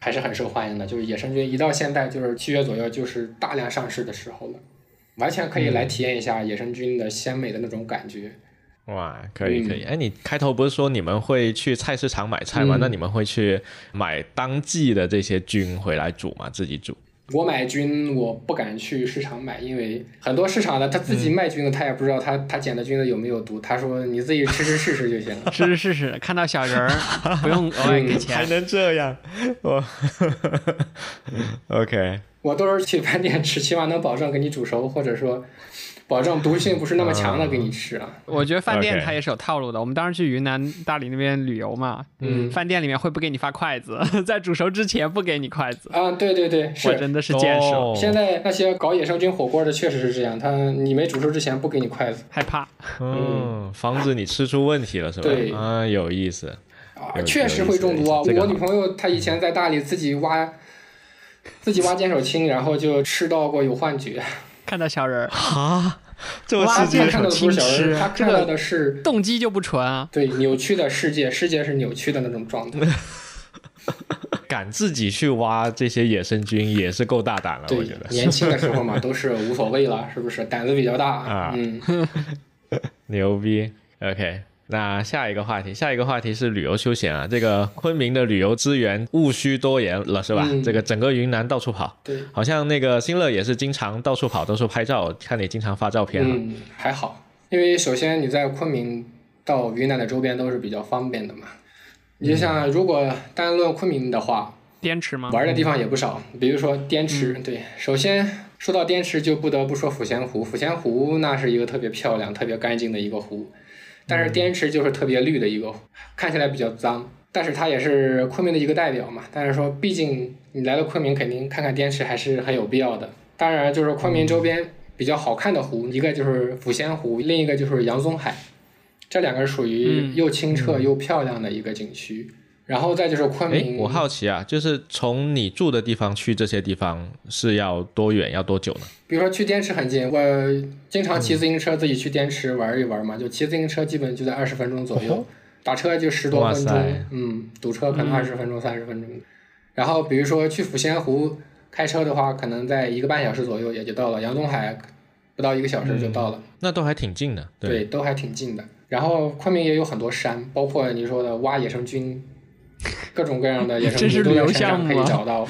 Speaker 3: 还是很受欢迎的，就是野生菌一到现在就是七月左右，就是大量上市的时候了。完全可以
Speaker 2: 嗯
Speaker 3: 来体验一下野生菌的鲜美的那种感觉。
Speaker 1: 哇，可以可以，哎，你开头不是说你们会去菜市场买菜吗？
Speaker 3: 嗯
Speaker 1: 那你们会去买当季的这些菌回来煮吗？自己煮？
Speaker 3: 我买菌我不敢去市场买，因为很多市场的他自
Speaker 1: 嗯
Speaker 3: 己卖菌的，他也不知道他他捡的菌子有没有毒，他说你自己吃吃试试就行了。
Speaker 2: 吃吃 试试，看到小人儿不用额外给
Speaker 1: 还
Speaker 2: 钱。
Speaker 1: 能这 样？我 OK，
Speaker 3: 我都是去饭店吃，起码能保证给你煮熟，或者说保证毒性不是那么强
Speaker 1: 嗯
Speaker 3: 的给你吃啊。
Speaker 2: 我觉得饭店
Speaker 1: OK
Speaker 2: 它也是有套路的。我们当时去云南大理那边旅游嘛，
Speaker 3: 嗯
Speaker 2: 饭店里面会不给你发筷子， 在煮熟之前不给你筷子，
Speaker 3: 啊，对对对，
Speaker 2: 我
Speaker 3: 是。
Speaker 2: 真的是见识了，
Speaker 1: 哦
Speaker 3: 现在那些搞野生菌火锅的确实是这样，他你没煮熟之前不给你筷子
Speaker 2: 害怕。
Speaker 1: 嗯，防止你吃出问题了是吧？
Speaker 3: 对
Speaker 1: 啊，有意思。
Speaker 3: 啊
Speaker 1: 有，
Speaker 3: 确实会中毒啊！
Speaker 1: 有意思这个
Speaker 3: 我女朋友她以前在大理自己挖，自己挖坚手青，然后就吃到过有幻觉。
Speaker 2: 看到小人儿，
Speaker 1: 啊，这么
Speaker 3: 挖
Speaker 1: 刺激
Speaker 3: 见看到的
Speaker 2: 青
Speaker 3: 不是小人
Speaker 2: 吃
Speaker 1: 啊
Speaker 3: 儿，她看到的是
Speaker 2: 动机就不纯啊。
Speaker 3: 对扭曲的世界，世界是扭曲的那 种状态。
Speaker 1: 敢自己去挖这些野生菌也是够大胆了，我
Speaker 3: 对
Speaker 1: 觉得，
Speaker 3: 年轻的时候嘛，都是无所谓了，是不是？胆子比较
Speaker 1: 啊
Speaker 3: 大。嗯，
Speaker 1: 牛逼。OK，那下一个话题，下一个话题是旅游休闲啊，这个昆明的旅游资源务需多言了，是吧？
Speaker 3: 嗯
Speaker 1: 这个整个云南到处跑，
Speaker 3: 对，
Speaker 1: 好像那个新乐也是经常到处跑，到处拍照，看你经常发照片啊。
Speaker 3: 嗯，还好，因为首先你在昆明到云南的周边都是比较方便的嘛。你就
Speaker 1: 嗯
Speaker 3: 像如果单论昆明的话，
Speaker 2: 滇池 吗？嗯
Speaker 3: 玩的地方也不少，比如说滇池。对，首先说到滇池，就不得不说抚仙湖。抚仙湖那是一个特别漂亮、特别干净的一个湖，但
Speaker 2: 嗯
Speaker 3: 是滇池就是特别绿的一个湖，看起来比较脏。但是它也是昆明的一个代表嘛。但是说，毕竟你来了昆明，肯定看看滇池还是很有必要的。当然，就是昆明周
Speaker 2: 嗯
Speaker 3: 边比较好看的湖，一个就是抚仙湖，另一个就是杨宗海，这两个属于
Speaker 2: 嗯
Speaker 3: 又清澈又漂亮的一个景区。然后再就是昆
Speaker 1: 哎，
Speaker 3: 明，
Speaker 1: 我好奇啊，就是从你住的地方去这些地方是要多远，要多久呢？
Speaker 3: 比如说去滇池很近，我经常骑自行车自己去滇池玩一玩嘛，就骑自行车基本就在二十分钟左右，打车就十多
Speaker 1: 哇
Speaker 3: 分
Speaker 1: 塞
Speaker 3: 钟，嗯，堵车可能二十分钟、三十、分钟。然后比如说去抚仙湖开车的话，可能在一个半小时左右也就到了，杨宗海不到一个小时就到了，
Speaker 1: 那都还挺近的，对，
Speaker 3: 对，都还挺近的。然后昆明也有很多山，包括你说的挖野生菌，各种各样的野
Speaker 2: 这
Speaker 3: 生
Speaker 2: 是
Speaker 3: 菌都
Speaker 2: 旅
Speaker 3: 在
Speaker 2: 游
Speaker 3: 山上
Speaker 2: 项
Speaker 3: 可以
Speaker 2: 目啊
Speaker 3: 找到，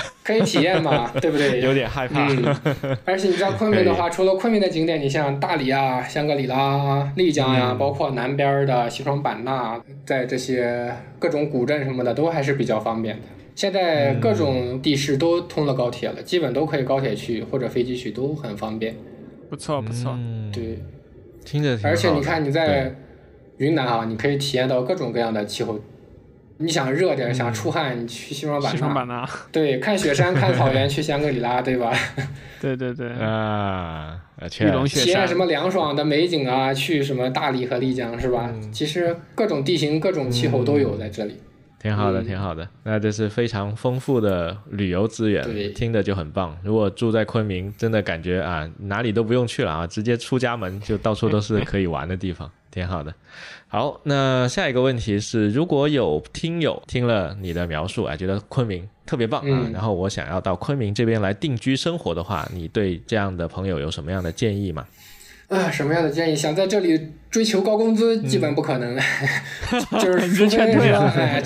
Speaker 3: 可以体验嘛，对 不对？
Speaker 1: 有点害怕。
Speaker 3: 嗯，而且你在昆明的话，除了昆明的景点，你像大理啊、香格里拉啊、丽江
Speaker 1: 嗯
Speaker 3: 呀、包括南边的西双版纳，在这些各种古镇什么的，都还是比较方便的。现在各种地市都通了高铁了，基本都可以高铁去或者飞机去，都很方便。
Speaker 2: 不错不错，
Speaker 1: 嗯，
Speaker 3: 对，
Speaker 1: 听着挺好的
Speaker 3: 而且你看你在
Speaker 1: 对
Speaker 3: 云南啊，你可以体验到各种各样的气候。你想热点，
Speaker 1: 嗯
Speaker 3: 想出汗，你去西双版
Speaker 2: 西双
Speaker 3: 纳。
Speaker 2: 版纳，
Speaker 3: 对，看雪山、看草原，去香格里拉，对吧？
Speaker 2: 对对对，
Speaker 1: 啊，而且
Speaker 2: 玉龙雪
Speaker 3: 体验
Speaker 2: 山嗯
Speaker 3: 什么凉爽的美景啊，去什么大理和丽江是吧？其实各种地形、各种气候都有在这里。
Speaker 1: 挺好的，
Speaker 3: 嗯
Speaker 1: 挺好的。那这是非常丰富的旅游资
Speaker 3: 对
Speaker 1: 源，听着就很棒。如果住在昆明，真的感觉啊，哪里都不用去了啊，直接出家门就到处都是可以玩的地方，挺好的。好，那下一个问题是，如果有听友听了你的描述，啊，觉得昆明特别棒啊，
Speaker 3: 嗯
Speaker 1: 然后我想要到昆明这边来定居生活的话，你对这样的朋友有什么样的建议吗？
Speaker 3: 啊，什么样的建议？想在这里追求高工资，基本不可能， 就是除非
Speaker 2: 劝退
Speaker 3: 说，
Speaker 2: 了
Speaker 3: 哎，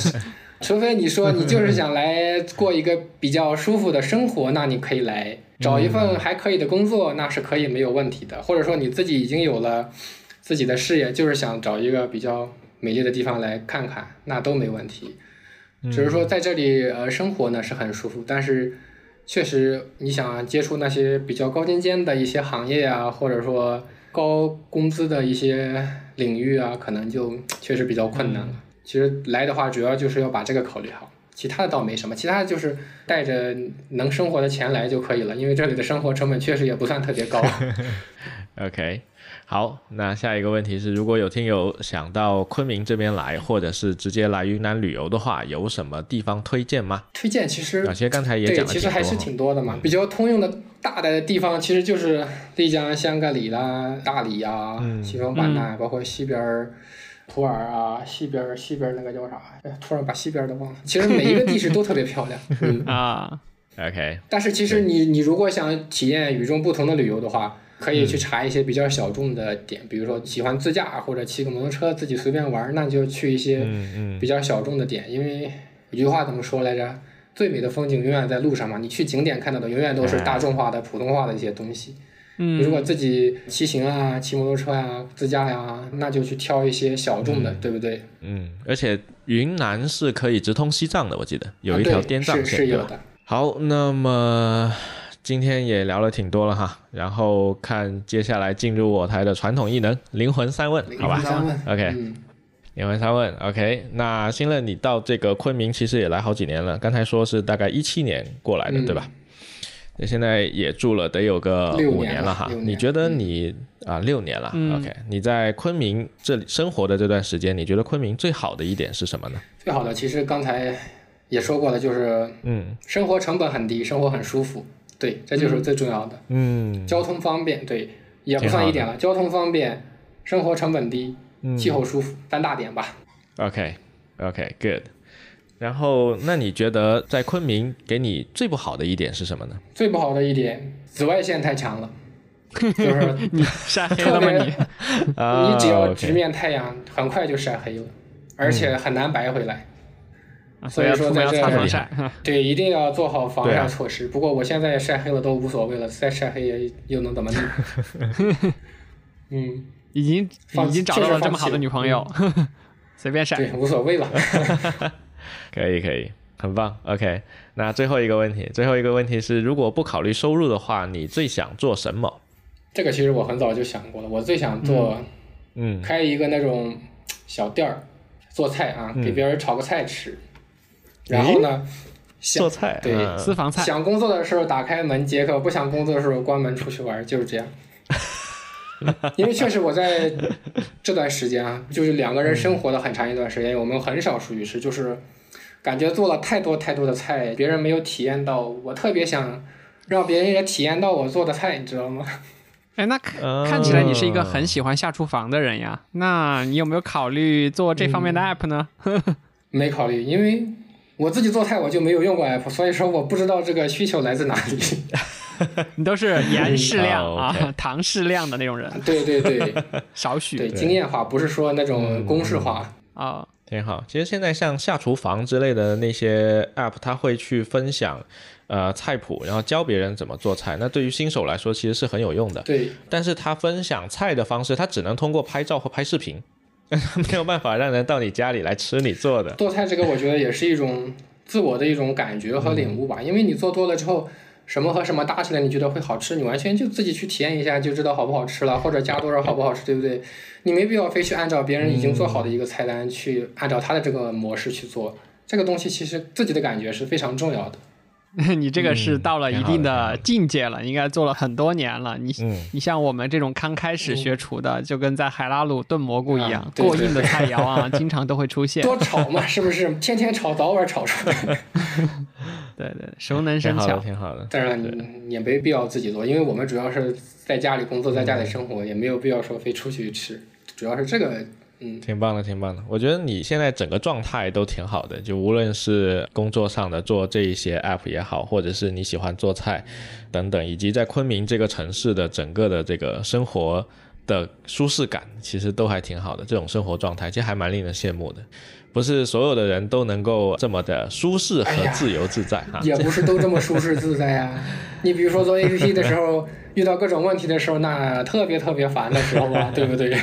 Speaker 3: 除非你说你就是想来过一个比较舒服的生活，那你可以来找一份还可以的工作，那是可以没有问题的。或者说你自己已经有了自己的事业，就是想找一个比较美丽的地方来看看，那都没问题。只是说在这里呃生活呢是很舒服，但是确实你想接触那些比较高精尖的一些行业啊，或者说高工资的一些领域啊，可能就确实比较困难了。其实来的话，主要就是要把这个考虑好，其他的倒没什么，其他的就是带着能生活的钱来就可以了，因为这里的生活成本确实也不算特别高。
Speaker 1: OK，好，那下一个问题是，如果有听友想到昆明这边来，或者是直接来云南旅游的话，有什么地方推荐吗？
Speaker 3: 推荐其实
Speaker 1: 啊，其实刚才也
Speaker 3: 对，
Speaker 1: 讲了
Speaker 3: 其实还是
Speaker 1: 多哈嗯
Speaker 3: 挺多的嘛。比较通用的大的地方，其实就是丽江、啊香格里拉、大理啊、
Speaker 1: 嗯
Speaker 3: 西双版纳，包括西边儿普洱啊，西 边儿西边儿那个叫啥？哎，突然把西边儿的忘了。其实每一个地势都特别漂亮。嗯，
Speaker 2: 啊，
Speaker 1: OK，
Speaker 3: 但是其实你你如果想体验与众不同的旅游的话，可
Speaker 1: 嗯
Speaker 3: 以去查一些比较小众的点，比如说喜欢自驾或者骑个摩托车自己随便玩儿，那就去一些
Speaker 1: 嗯嗯，
Speaker 3: 比较小众的点，因为有句话怎么说来着？最美的风景永远在路上嘛。你去景点看到的永远都是大众化的、普通化的一些东西。你
Speaker 2: 嗯，
Speaker 3: 如果自己骑行啊、骑摩托车啊、自驾呀、那就去挑一些小众的，对不对？
Speaker 1: 嗯，而且云南是可以直通西藏的，我记得有一条
Speaker 3: 啊对
Speaker 1: 滇藏
Speaker 3: 是
Speaker 1: 线，
Speaker 3: 是
Speaker 1: 对
Speaker 3: 有
Speaker 1: 吧？
Speaker 3: 的。
Speaker 1: 好，那么今天也聊了挺多了哈，然后看接下来进入我台的传统异能灵魂三问，好吧
Speaker 3: 零三问
Speaker 1: ？OK，
Speaker 3: 嗯，
Speaker 1: 灵魂三问，OK。那新乐，你到这个昆明其实也来好几年了，刚才说是大概一七年过来的，
Speaker 3: 嗯
Speaker 1: 对吧？那现在也住了得有个
Speaker 3: 六
Speaker 1: 五
Speaker 3: 年
Speaker 1: 年
Speaker 3: 了
Speaker 1: 哈，
Speaker 3: 六年嗯
Speaker 1: 你觉得你啊六年了
Speaker 2: 嗯
Speaker 1: ，OK？你在昆明这里生活的这段时间，你觉得昆明最好的一点是什么呢？
Speaker 3: 最好的其实刚才也说过了，就是
Speaker 1: 嗯
Speaker 3: 生活成本很低，生活很舒服，对，这就是最重要的。
Speaker 1: 嗯
Speaker 3: 交通方便，对，也不
Speaker 1: 挺好
Speaker 3: 算
Speaker 1: 的
Speaker 3: 一点了，交通方便，生活成本低，
Speaker 1: 嗯
Speaker 3: 气候舒服，三大点吧。
Speaker 1: OK OK Good。然后，那你觉得在昆明给你最不好的一点是什么呢？
Speaker 3: 最不好的一点，紫外线太 强了，就是
Speaker 2: 你 晒黑了吗
Speaker 3: 特别
Speaker 2: 你？
Speaker 1: 啊
Speaker 3: 你只要
Speaker 1: OK
Speaker 3: 直面太阳，很快就晒黑了，而且很难白回来。
Speaker 2: 啊
Speaker 3: 所
Speaker 2: 以
Speaker 3: 以
Speaker 2: 要
Speaker 3: 说
Speaker 2: 出门
Speaker 3: 在
Speaker 2: 要
Speaker 3: 这
Speaker 2: 擦
Speaker 3: 里
Speaker 2: 防晒。
Speaker 3: 对，一定要做好防
Speaker 1: 对啊
Speaker 3: 晒措施。不过我现在晒黑了都无所谓了，再晒黑也又能 怎么地？嗯，
Speaker 2: 已经
Speaker 3: 放
Speaker 2: 已经找
Speaker 3: 确
Speaker 2: 到
Speaker 3: 实
Speaker 2: 了这
Speaker 3: 放
Speaker 2: 么好
Speaker 3: 弃
Speaker 2: 的
Speaker 3: 了嗯
Speaker 2: 女朋友， 随便晒。
Speaker 3: 对，无所 谓了。
Speaker 1: 可以可以，很棒。OK，那最后一个问题，最后一个问题是，如果不考虑收入的话，你最想做什么？
Speaker 3: 这个其实我很早就想过了，我最想做
Speaker 1: 嗯
Speaker 3: 开一个那种小店儿，做菜啊，
Speaker 1: 嗯
Speaker 3: 给别人炒个菜吃。然后呢，
Speaker 1: 做
Speaker 3: 想
Speaker 1: 菜。
Speaker 3: 对
Speaker 1: 嗯
Speaker 2: 私房菜，
Speaker 3: 想工作的时候打开门接客，不想工作的时候关门出去玩，就是这 样。因为确实我在这段时间啊， 就是两个人生活了很长一段时间，我们很少出去吃，就是感觉做了太多太多的菜，别人没有体验到，我特别想让别人也体验到我做的菜，你知道吗？
Speaker 2: 哎，那看看起来你是一个很喜欢下厨房的人呀。那你有没有考虑做这方面
Speaker 3: 嗯
Speaker 2: 的 app 呢？
Speaker 3: 没考虑，因为我自己做菜我就没有用过 app，所以说我不知道这个需求来自哪里。
Speaker 2: 你都是盐适量
Speaker 1: 哦
Speaker 2: 啊
Speaker 1: ，OK，
Speaker 2: 糖适量的那种人，
Speaker 3: 对对对
Speaker 2: 少许
Speaker 3: 对，经验化不是说那种公式化。
Speaker 2: 啊。
Speaker 1: 挺好。其实现在像下厨房之类的那些 app，它会去分享呃菜谱，然后教别人怎么做菜。那对于新手来说，其实是很有用的。
Speaker 3: 对，
Speaker 1: 但是它分享菜的方式，它只能通过拍照或拍视频， 没有办法让人到你家里来吃你做的。
Speaker 3: 做菜这个我觉得也是一种自我的一种感觉和领悟吧，因为你做多了之后。什么和什么搭起来，你觉得会好吃，你完全就自己去体验一下就知道好不好吃了，或者加多少好不好吃，对不对？你没必要非去按照别人已经做好的一个菜单去按照他的这个模式去做，这个东西其实自己的感觉是非常重要的。
Speaker 2: 你这个是到了一定
Speaker 3: 嗯
Speaker 1: 挺好的
Speaker 2: 的境界了，应该做了很多年了。你
Speaker 1: 嗯
Speaker 2: 你像我们这种刚开始学厨的，就跟在海拉鲁炖蘑菇一样
Speaker 3: 嗯啊，对
Speaker 2: 过
Speaker 3: 对
Speaker 2: 硬的菜肴 啊，经常都会出现。
Speaker 3: 多炒嘛，是不是？天天炒，早晚炒出来。
Speaker 2: 对对，熟能
Speaker 1: 挺
Speaker 2: 生
Speaker 1: 好的，
Speaker 2: 巧。
Speaker 1: 挺好的。
Speaker 3: 当然你也没必要自己做，因为我们主要是在家里工作，在家里生活，也没有必要说非出去吃。主要是这个，嗯，
Speaker 1: 挺棒的，挺棒的。我觉得你现在整个状态都挺好的，就无论是工作上的做这一些 app 也好，或者是你喜欢做菜等等，以及在昆明这个城市的整个的这个生活的舒适感，其实都还挺好的。这种生活状态其实还蛮令人羡慕的，不是所有的人都能够这么的舒适
Speaker 3: 哎
Speaker 1: 和
Speaker 3: 呀
Speaker 1: 自由自在哈。
Speaker 3: 也不是都这么舒适自在啊。你比如说做 APP 的时候，遇到各种问题的时候，那特别特别烦的时候啊，对不对？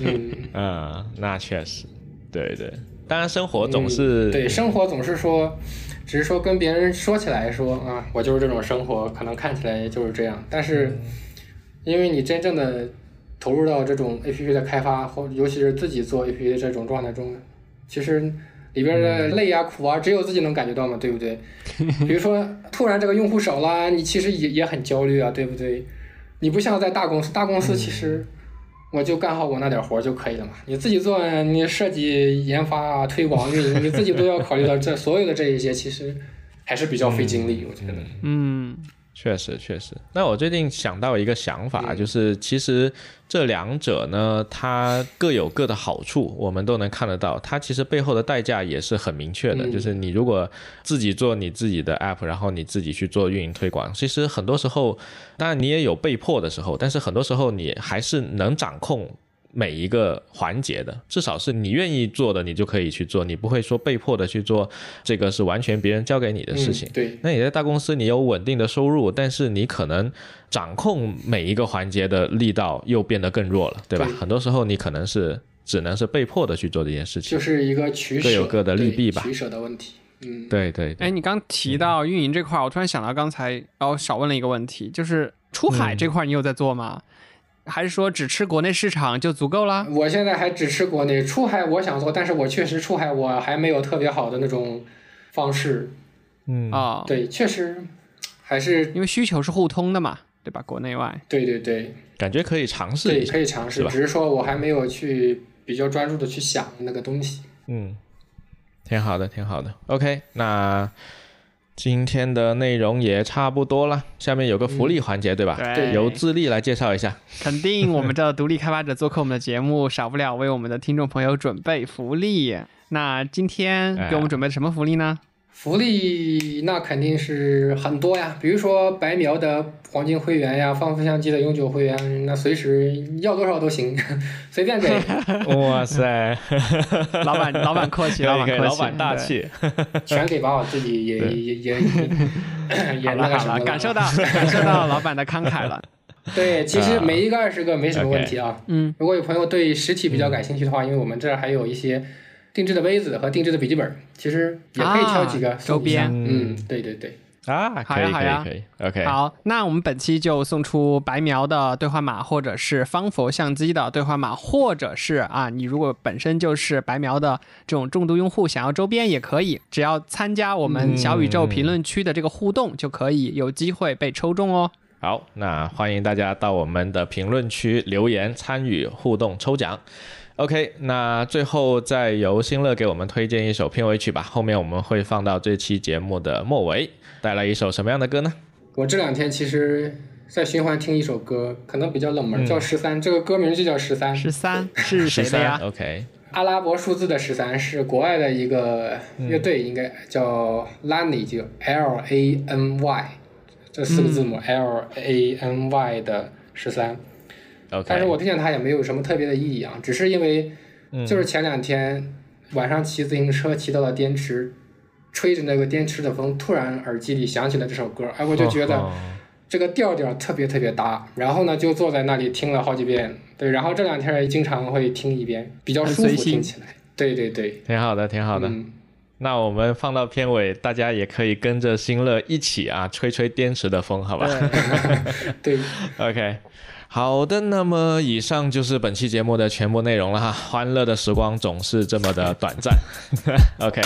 Speaker 3: 嗯，
Speaker 1: 嗯，那确实，对对。当然，生活总是、
Speaker 3: 嗯对生活总是说，只是说跟别人说起来说啊，我就是这种生活，可能看起来就是这样，但是因为你真正的投入到这种 A P P 的开发，或尤其是自己做 A P P 的这种状态中，其实里边的累啊、苦啊，只有自己能感觉到嘛，对不对？比如说突然这个用户少啦，你其实也也很焦虑啊，对不对？你不像在大公司，大公司其实我就干好我那点活儿就可以了嘛。你自己做，你设计、研发啊、推广、运营，你
Speaker 1: 嗯
Speaker 3: 自己都要考虑到这所有的这一些，其实还是比较费精力，我觉得。
Speaker 2: 嗯，
Speaker 1: 确实确实。那我最近想到一个想法，就是其实这两者呢，它各有各的好处，我们都能看得到。它其实背后的代价也是很明确的，
Speaker 3: 嗯
Speaker 1: 就是你如果自己做你自己的 app，然后你自己去做运营推广，其实很多时候，当然你也有被迫的时候，但是很多时候你还是能掌控。每一个环节的，至少是你愿意做的，你就可以去做，你不会说被迫的去做，这个是完全别人交给你的事情。
Speaker 3: 嗯、对，
Speaker 1: 那你在大公司，你有稳定的收入，但是你可能掌控每一个环节的力道又变得更弱了，对吧？
Speaker 3: 对
Speaker 1: 很多时候你可能是只能是被迫的去做这件事情。
Speaker 3: 就是一个取舍，
Speaker 1: 各有各的利弊吧
Speaker 3: 对取舍的问题。嗯，
Speaker 1: 对对对，
Speaker 2: 哎，你刚
Speaker 1: 嗯
Speaker 2: 提到运营这块儿，我突然想到刚才哦，少问了一个问题，就是出
Speaker 1: 嗯
Speaker 2: 海这块儿你有在做吗？还是说只吃国内市场就足够啦？
Speaker 3: 我现在还只吃国内，出海我想做，但是我确实出海我还没有特别好的那种方式。
Speaker 1: 嗯
Speaker 2: 啊、
Speaker 3: 对，确实还是
Speaker 2: 因为需求是互通的嘛，对吧？国内外，
Speaker 3: 对对对
Speaker 1: 感觉可以尝试
Speaker 3: 对，
Speaker 1: 一下。
Speaker 3: 可以尝
Speaker 1: 是
Speaker 3: 试，
Speaker 1: 吧
Speaker 3: 只是说我还没有去比较专注的去想那个东西。
Speaker 1: 嗯，挺好的，挺好的。OK，那今天的内容也差不多了，下面有个福利环节，对吧？
Speaker 2: 对
Speaker 1: 由自立来介绍一下。
Speaker 2: 肯定我们的独立开发者做客我们的节目，少不了为我们的听众朋友准备福利。那今
Speaker 1: 哎
Speaker 2: 天给我们准备的什么福利呢？
Speaker 3: 福利那肯定是很多呀，比如说白描的黄金会员呀，放负相机的永久会员，那随时要多少都行， 随便给。
Speaker 1: 哇塞，
Speaker 2: 老板，老板客
Speaker 1: 可
Speaker 2: 气，
Speaker 1: 以可
Speaker 2: 板客
Speaker 1: 以，
Speaker 2: 气，
Speaker 1: 老板大
Speaker 2: 对。
Speaker 1: 气。
Speaker 3: 全给吧，我自己也
Speaker 1: 对
Speaker 3: 也也也也
Speaker 2: 好
Speaker 3: 那
Speaker 2: 了
Speaker 3: 个
Speaker 2: 好
Speaker 3: 什么
Speaker 2: 了，
Speaker 3: 了
Speaker 2: 感受到感受到老板的慷慨了。
Speaker 3: 对，其实
Speaker 1: 啊
Speaker 3: 每一个二十个没什么问题啊。
Speaker 2: 嗯，
Speaker 3: 如果有朋友对实体比较感兴趣的话，因为我们这儿还有一些定制的杯子和定制的笔记本，其实也可以挑几个
Speaker 2: 啊
Speaker 3: 送一下
Speaker 2: 周边
Speaker 3: 嗯，对对对，
Speaker 1: 啊，
Speaker 2: 好
Speaker 1: 可
Speaker 2: 呀
Speaker 1: 以
Speaker 2: 好
Speaker 1: 可
Speaker 2: 呀
Speaker 1: 以可以。OK，
Speaker 2: 好，那我们本期就送出白描的兑换码，或者是方佛相机的兑换码，或者是啊，你如果本身就是白描的这种重度用户，想要周边也可以，只要参加我们小宇宙评论区的这个互动，就可以有机会被抽中哦。
Speaker 1: 好，那欢迎大家到我们的评论区留言参与互动抽奖。OK，那最后再由新乐给我们推荐一首片尾曲吧。后面我们会放到这期节目的末尾，带来一首什么样的歌呢？
Speaker 3: 我这两天其实在循环听一首歌，可能比较冷门，叫《十三》，这个歌名就叫《十三》，
Speaker 2: 十三是谁的呀？
Speaker 1: o k
Speaker 3: 阿拉伯数字的十三是国外的一个乐队，应该叫 Lany，就 L A N Y，这四个字母 L A N Y 的十三。
Speaker 1: o k
Speaker 3: 但是我推荐它也没有什么特别的意义啊，只是因为就是前两天晚上骑自行车骑到了滇池，吹着那个滇池的风，突然耳机里响起了这首歌，哎，我就觉
Speaker 1: 哦
Speaker 3: 得这个调调特别特别搭。然后呢，就坐在那里听了好几遍，对，然后这两天也经常会听一遍，比较舒
Speaker 2: 很随
Speaker 3: 服，
Speaker 2: 心
Speaker 3: 听起来。对对对，
Speaker 1: 挺好的，挺好的。
Speaker 3: 嗯，
Speaker 1: 那我们放到片尾，大家也可以跟着新乐一起啊，吹吹滇池的风，好吧？
Speaker 3: 对，
Speaker 1: OK，好的，那么以上就是本期节目的全部内容了哈。欢乐的时光总是这么的短暂。OK，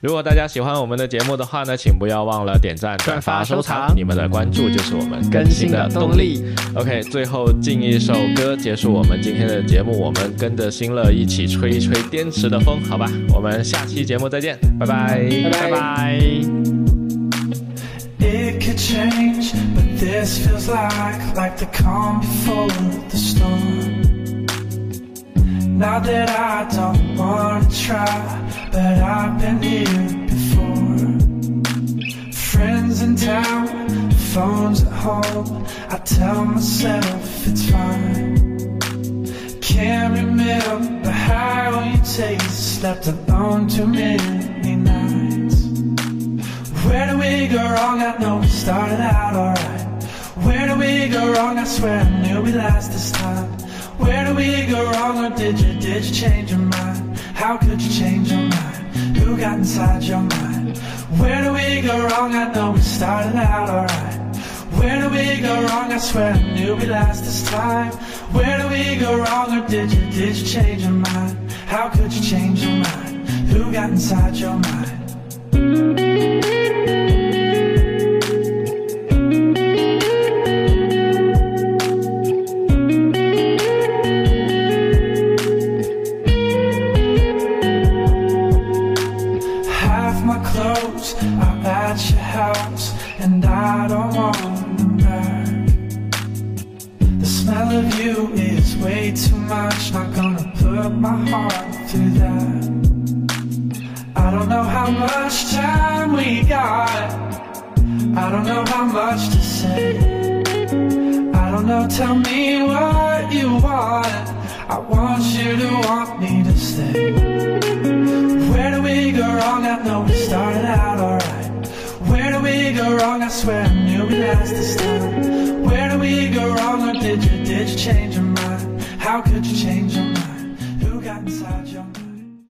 Speaker 1: 如果大家喜欢我们的节目的话呢，请不要忘了点赞、转发、收藏，你们的关注就是我们更
Speaker 2: 更
Speaker 1: 新
Speaker 2: 新
Speaker 1: 的
Speaker 2: 的
Speaker 1: 动
Speaker 2: 动
Speaker 1: 力
Speaker 2: 力。
Speaker 1: OK，最后进一首歌结束我们今天的节目，我们跟着新乐一起吹一吹滇池的风，好吧？我们下期节目再见，拜拜
Speaker 2: 拜拜。
Speaker 4: It could change, but this feels like like the calm before the storm. Not that I don't wanna try, but I've been here before. Friends in town, phones at home. I tell myself it's fine. Can't remember how you taste. Slept alone too many nights. Where do we go wrong? I know we started out alright. Where do we go wrong? I swear I knew we last this time. Where do we go wrong? Or did you did you change your mind? How could you change your mind? Who got inside your mind? Where do we go wrong? I know we started out alright. Where do we go wrong? I swear I knew we last this time. Where do we go wrong? Or did you did you change your mind? How could you change your mind? Who got inside your mind? Half my clothes are at your house, and I don't want my heart through that. I don't know how much time we got. I don't know how much to say. I don't know, tell me what you want. I want you to want me to stay. Where do we go wrong? I know we started out alright. Where do we go wrong? I swear I knew we last this time. Where do we go wrong? Or did you, did you change your mind? How could you change your mind? Who got inside your mind?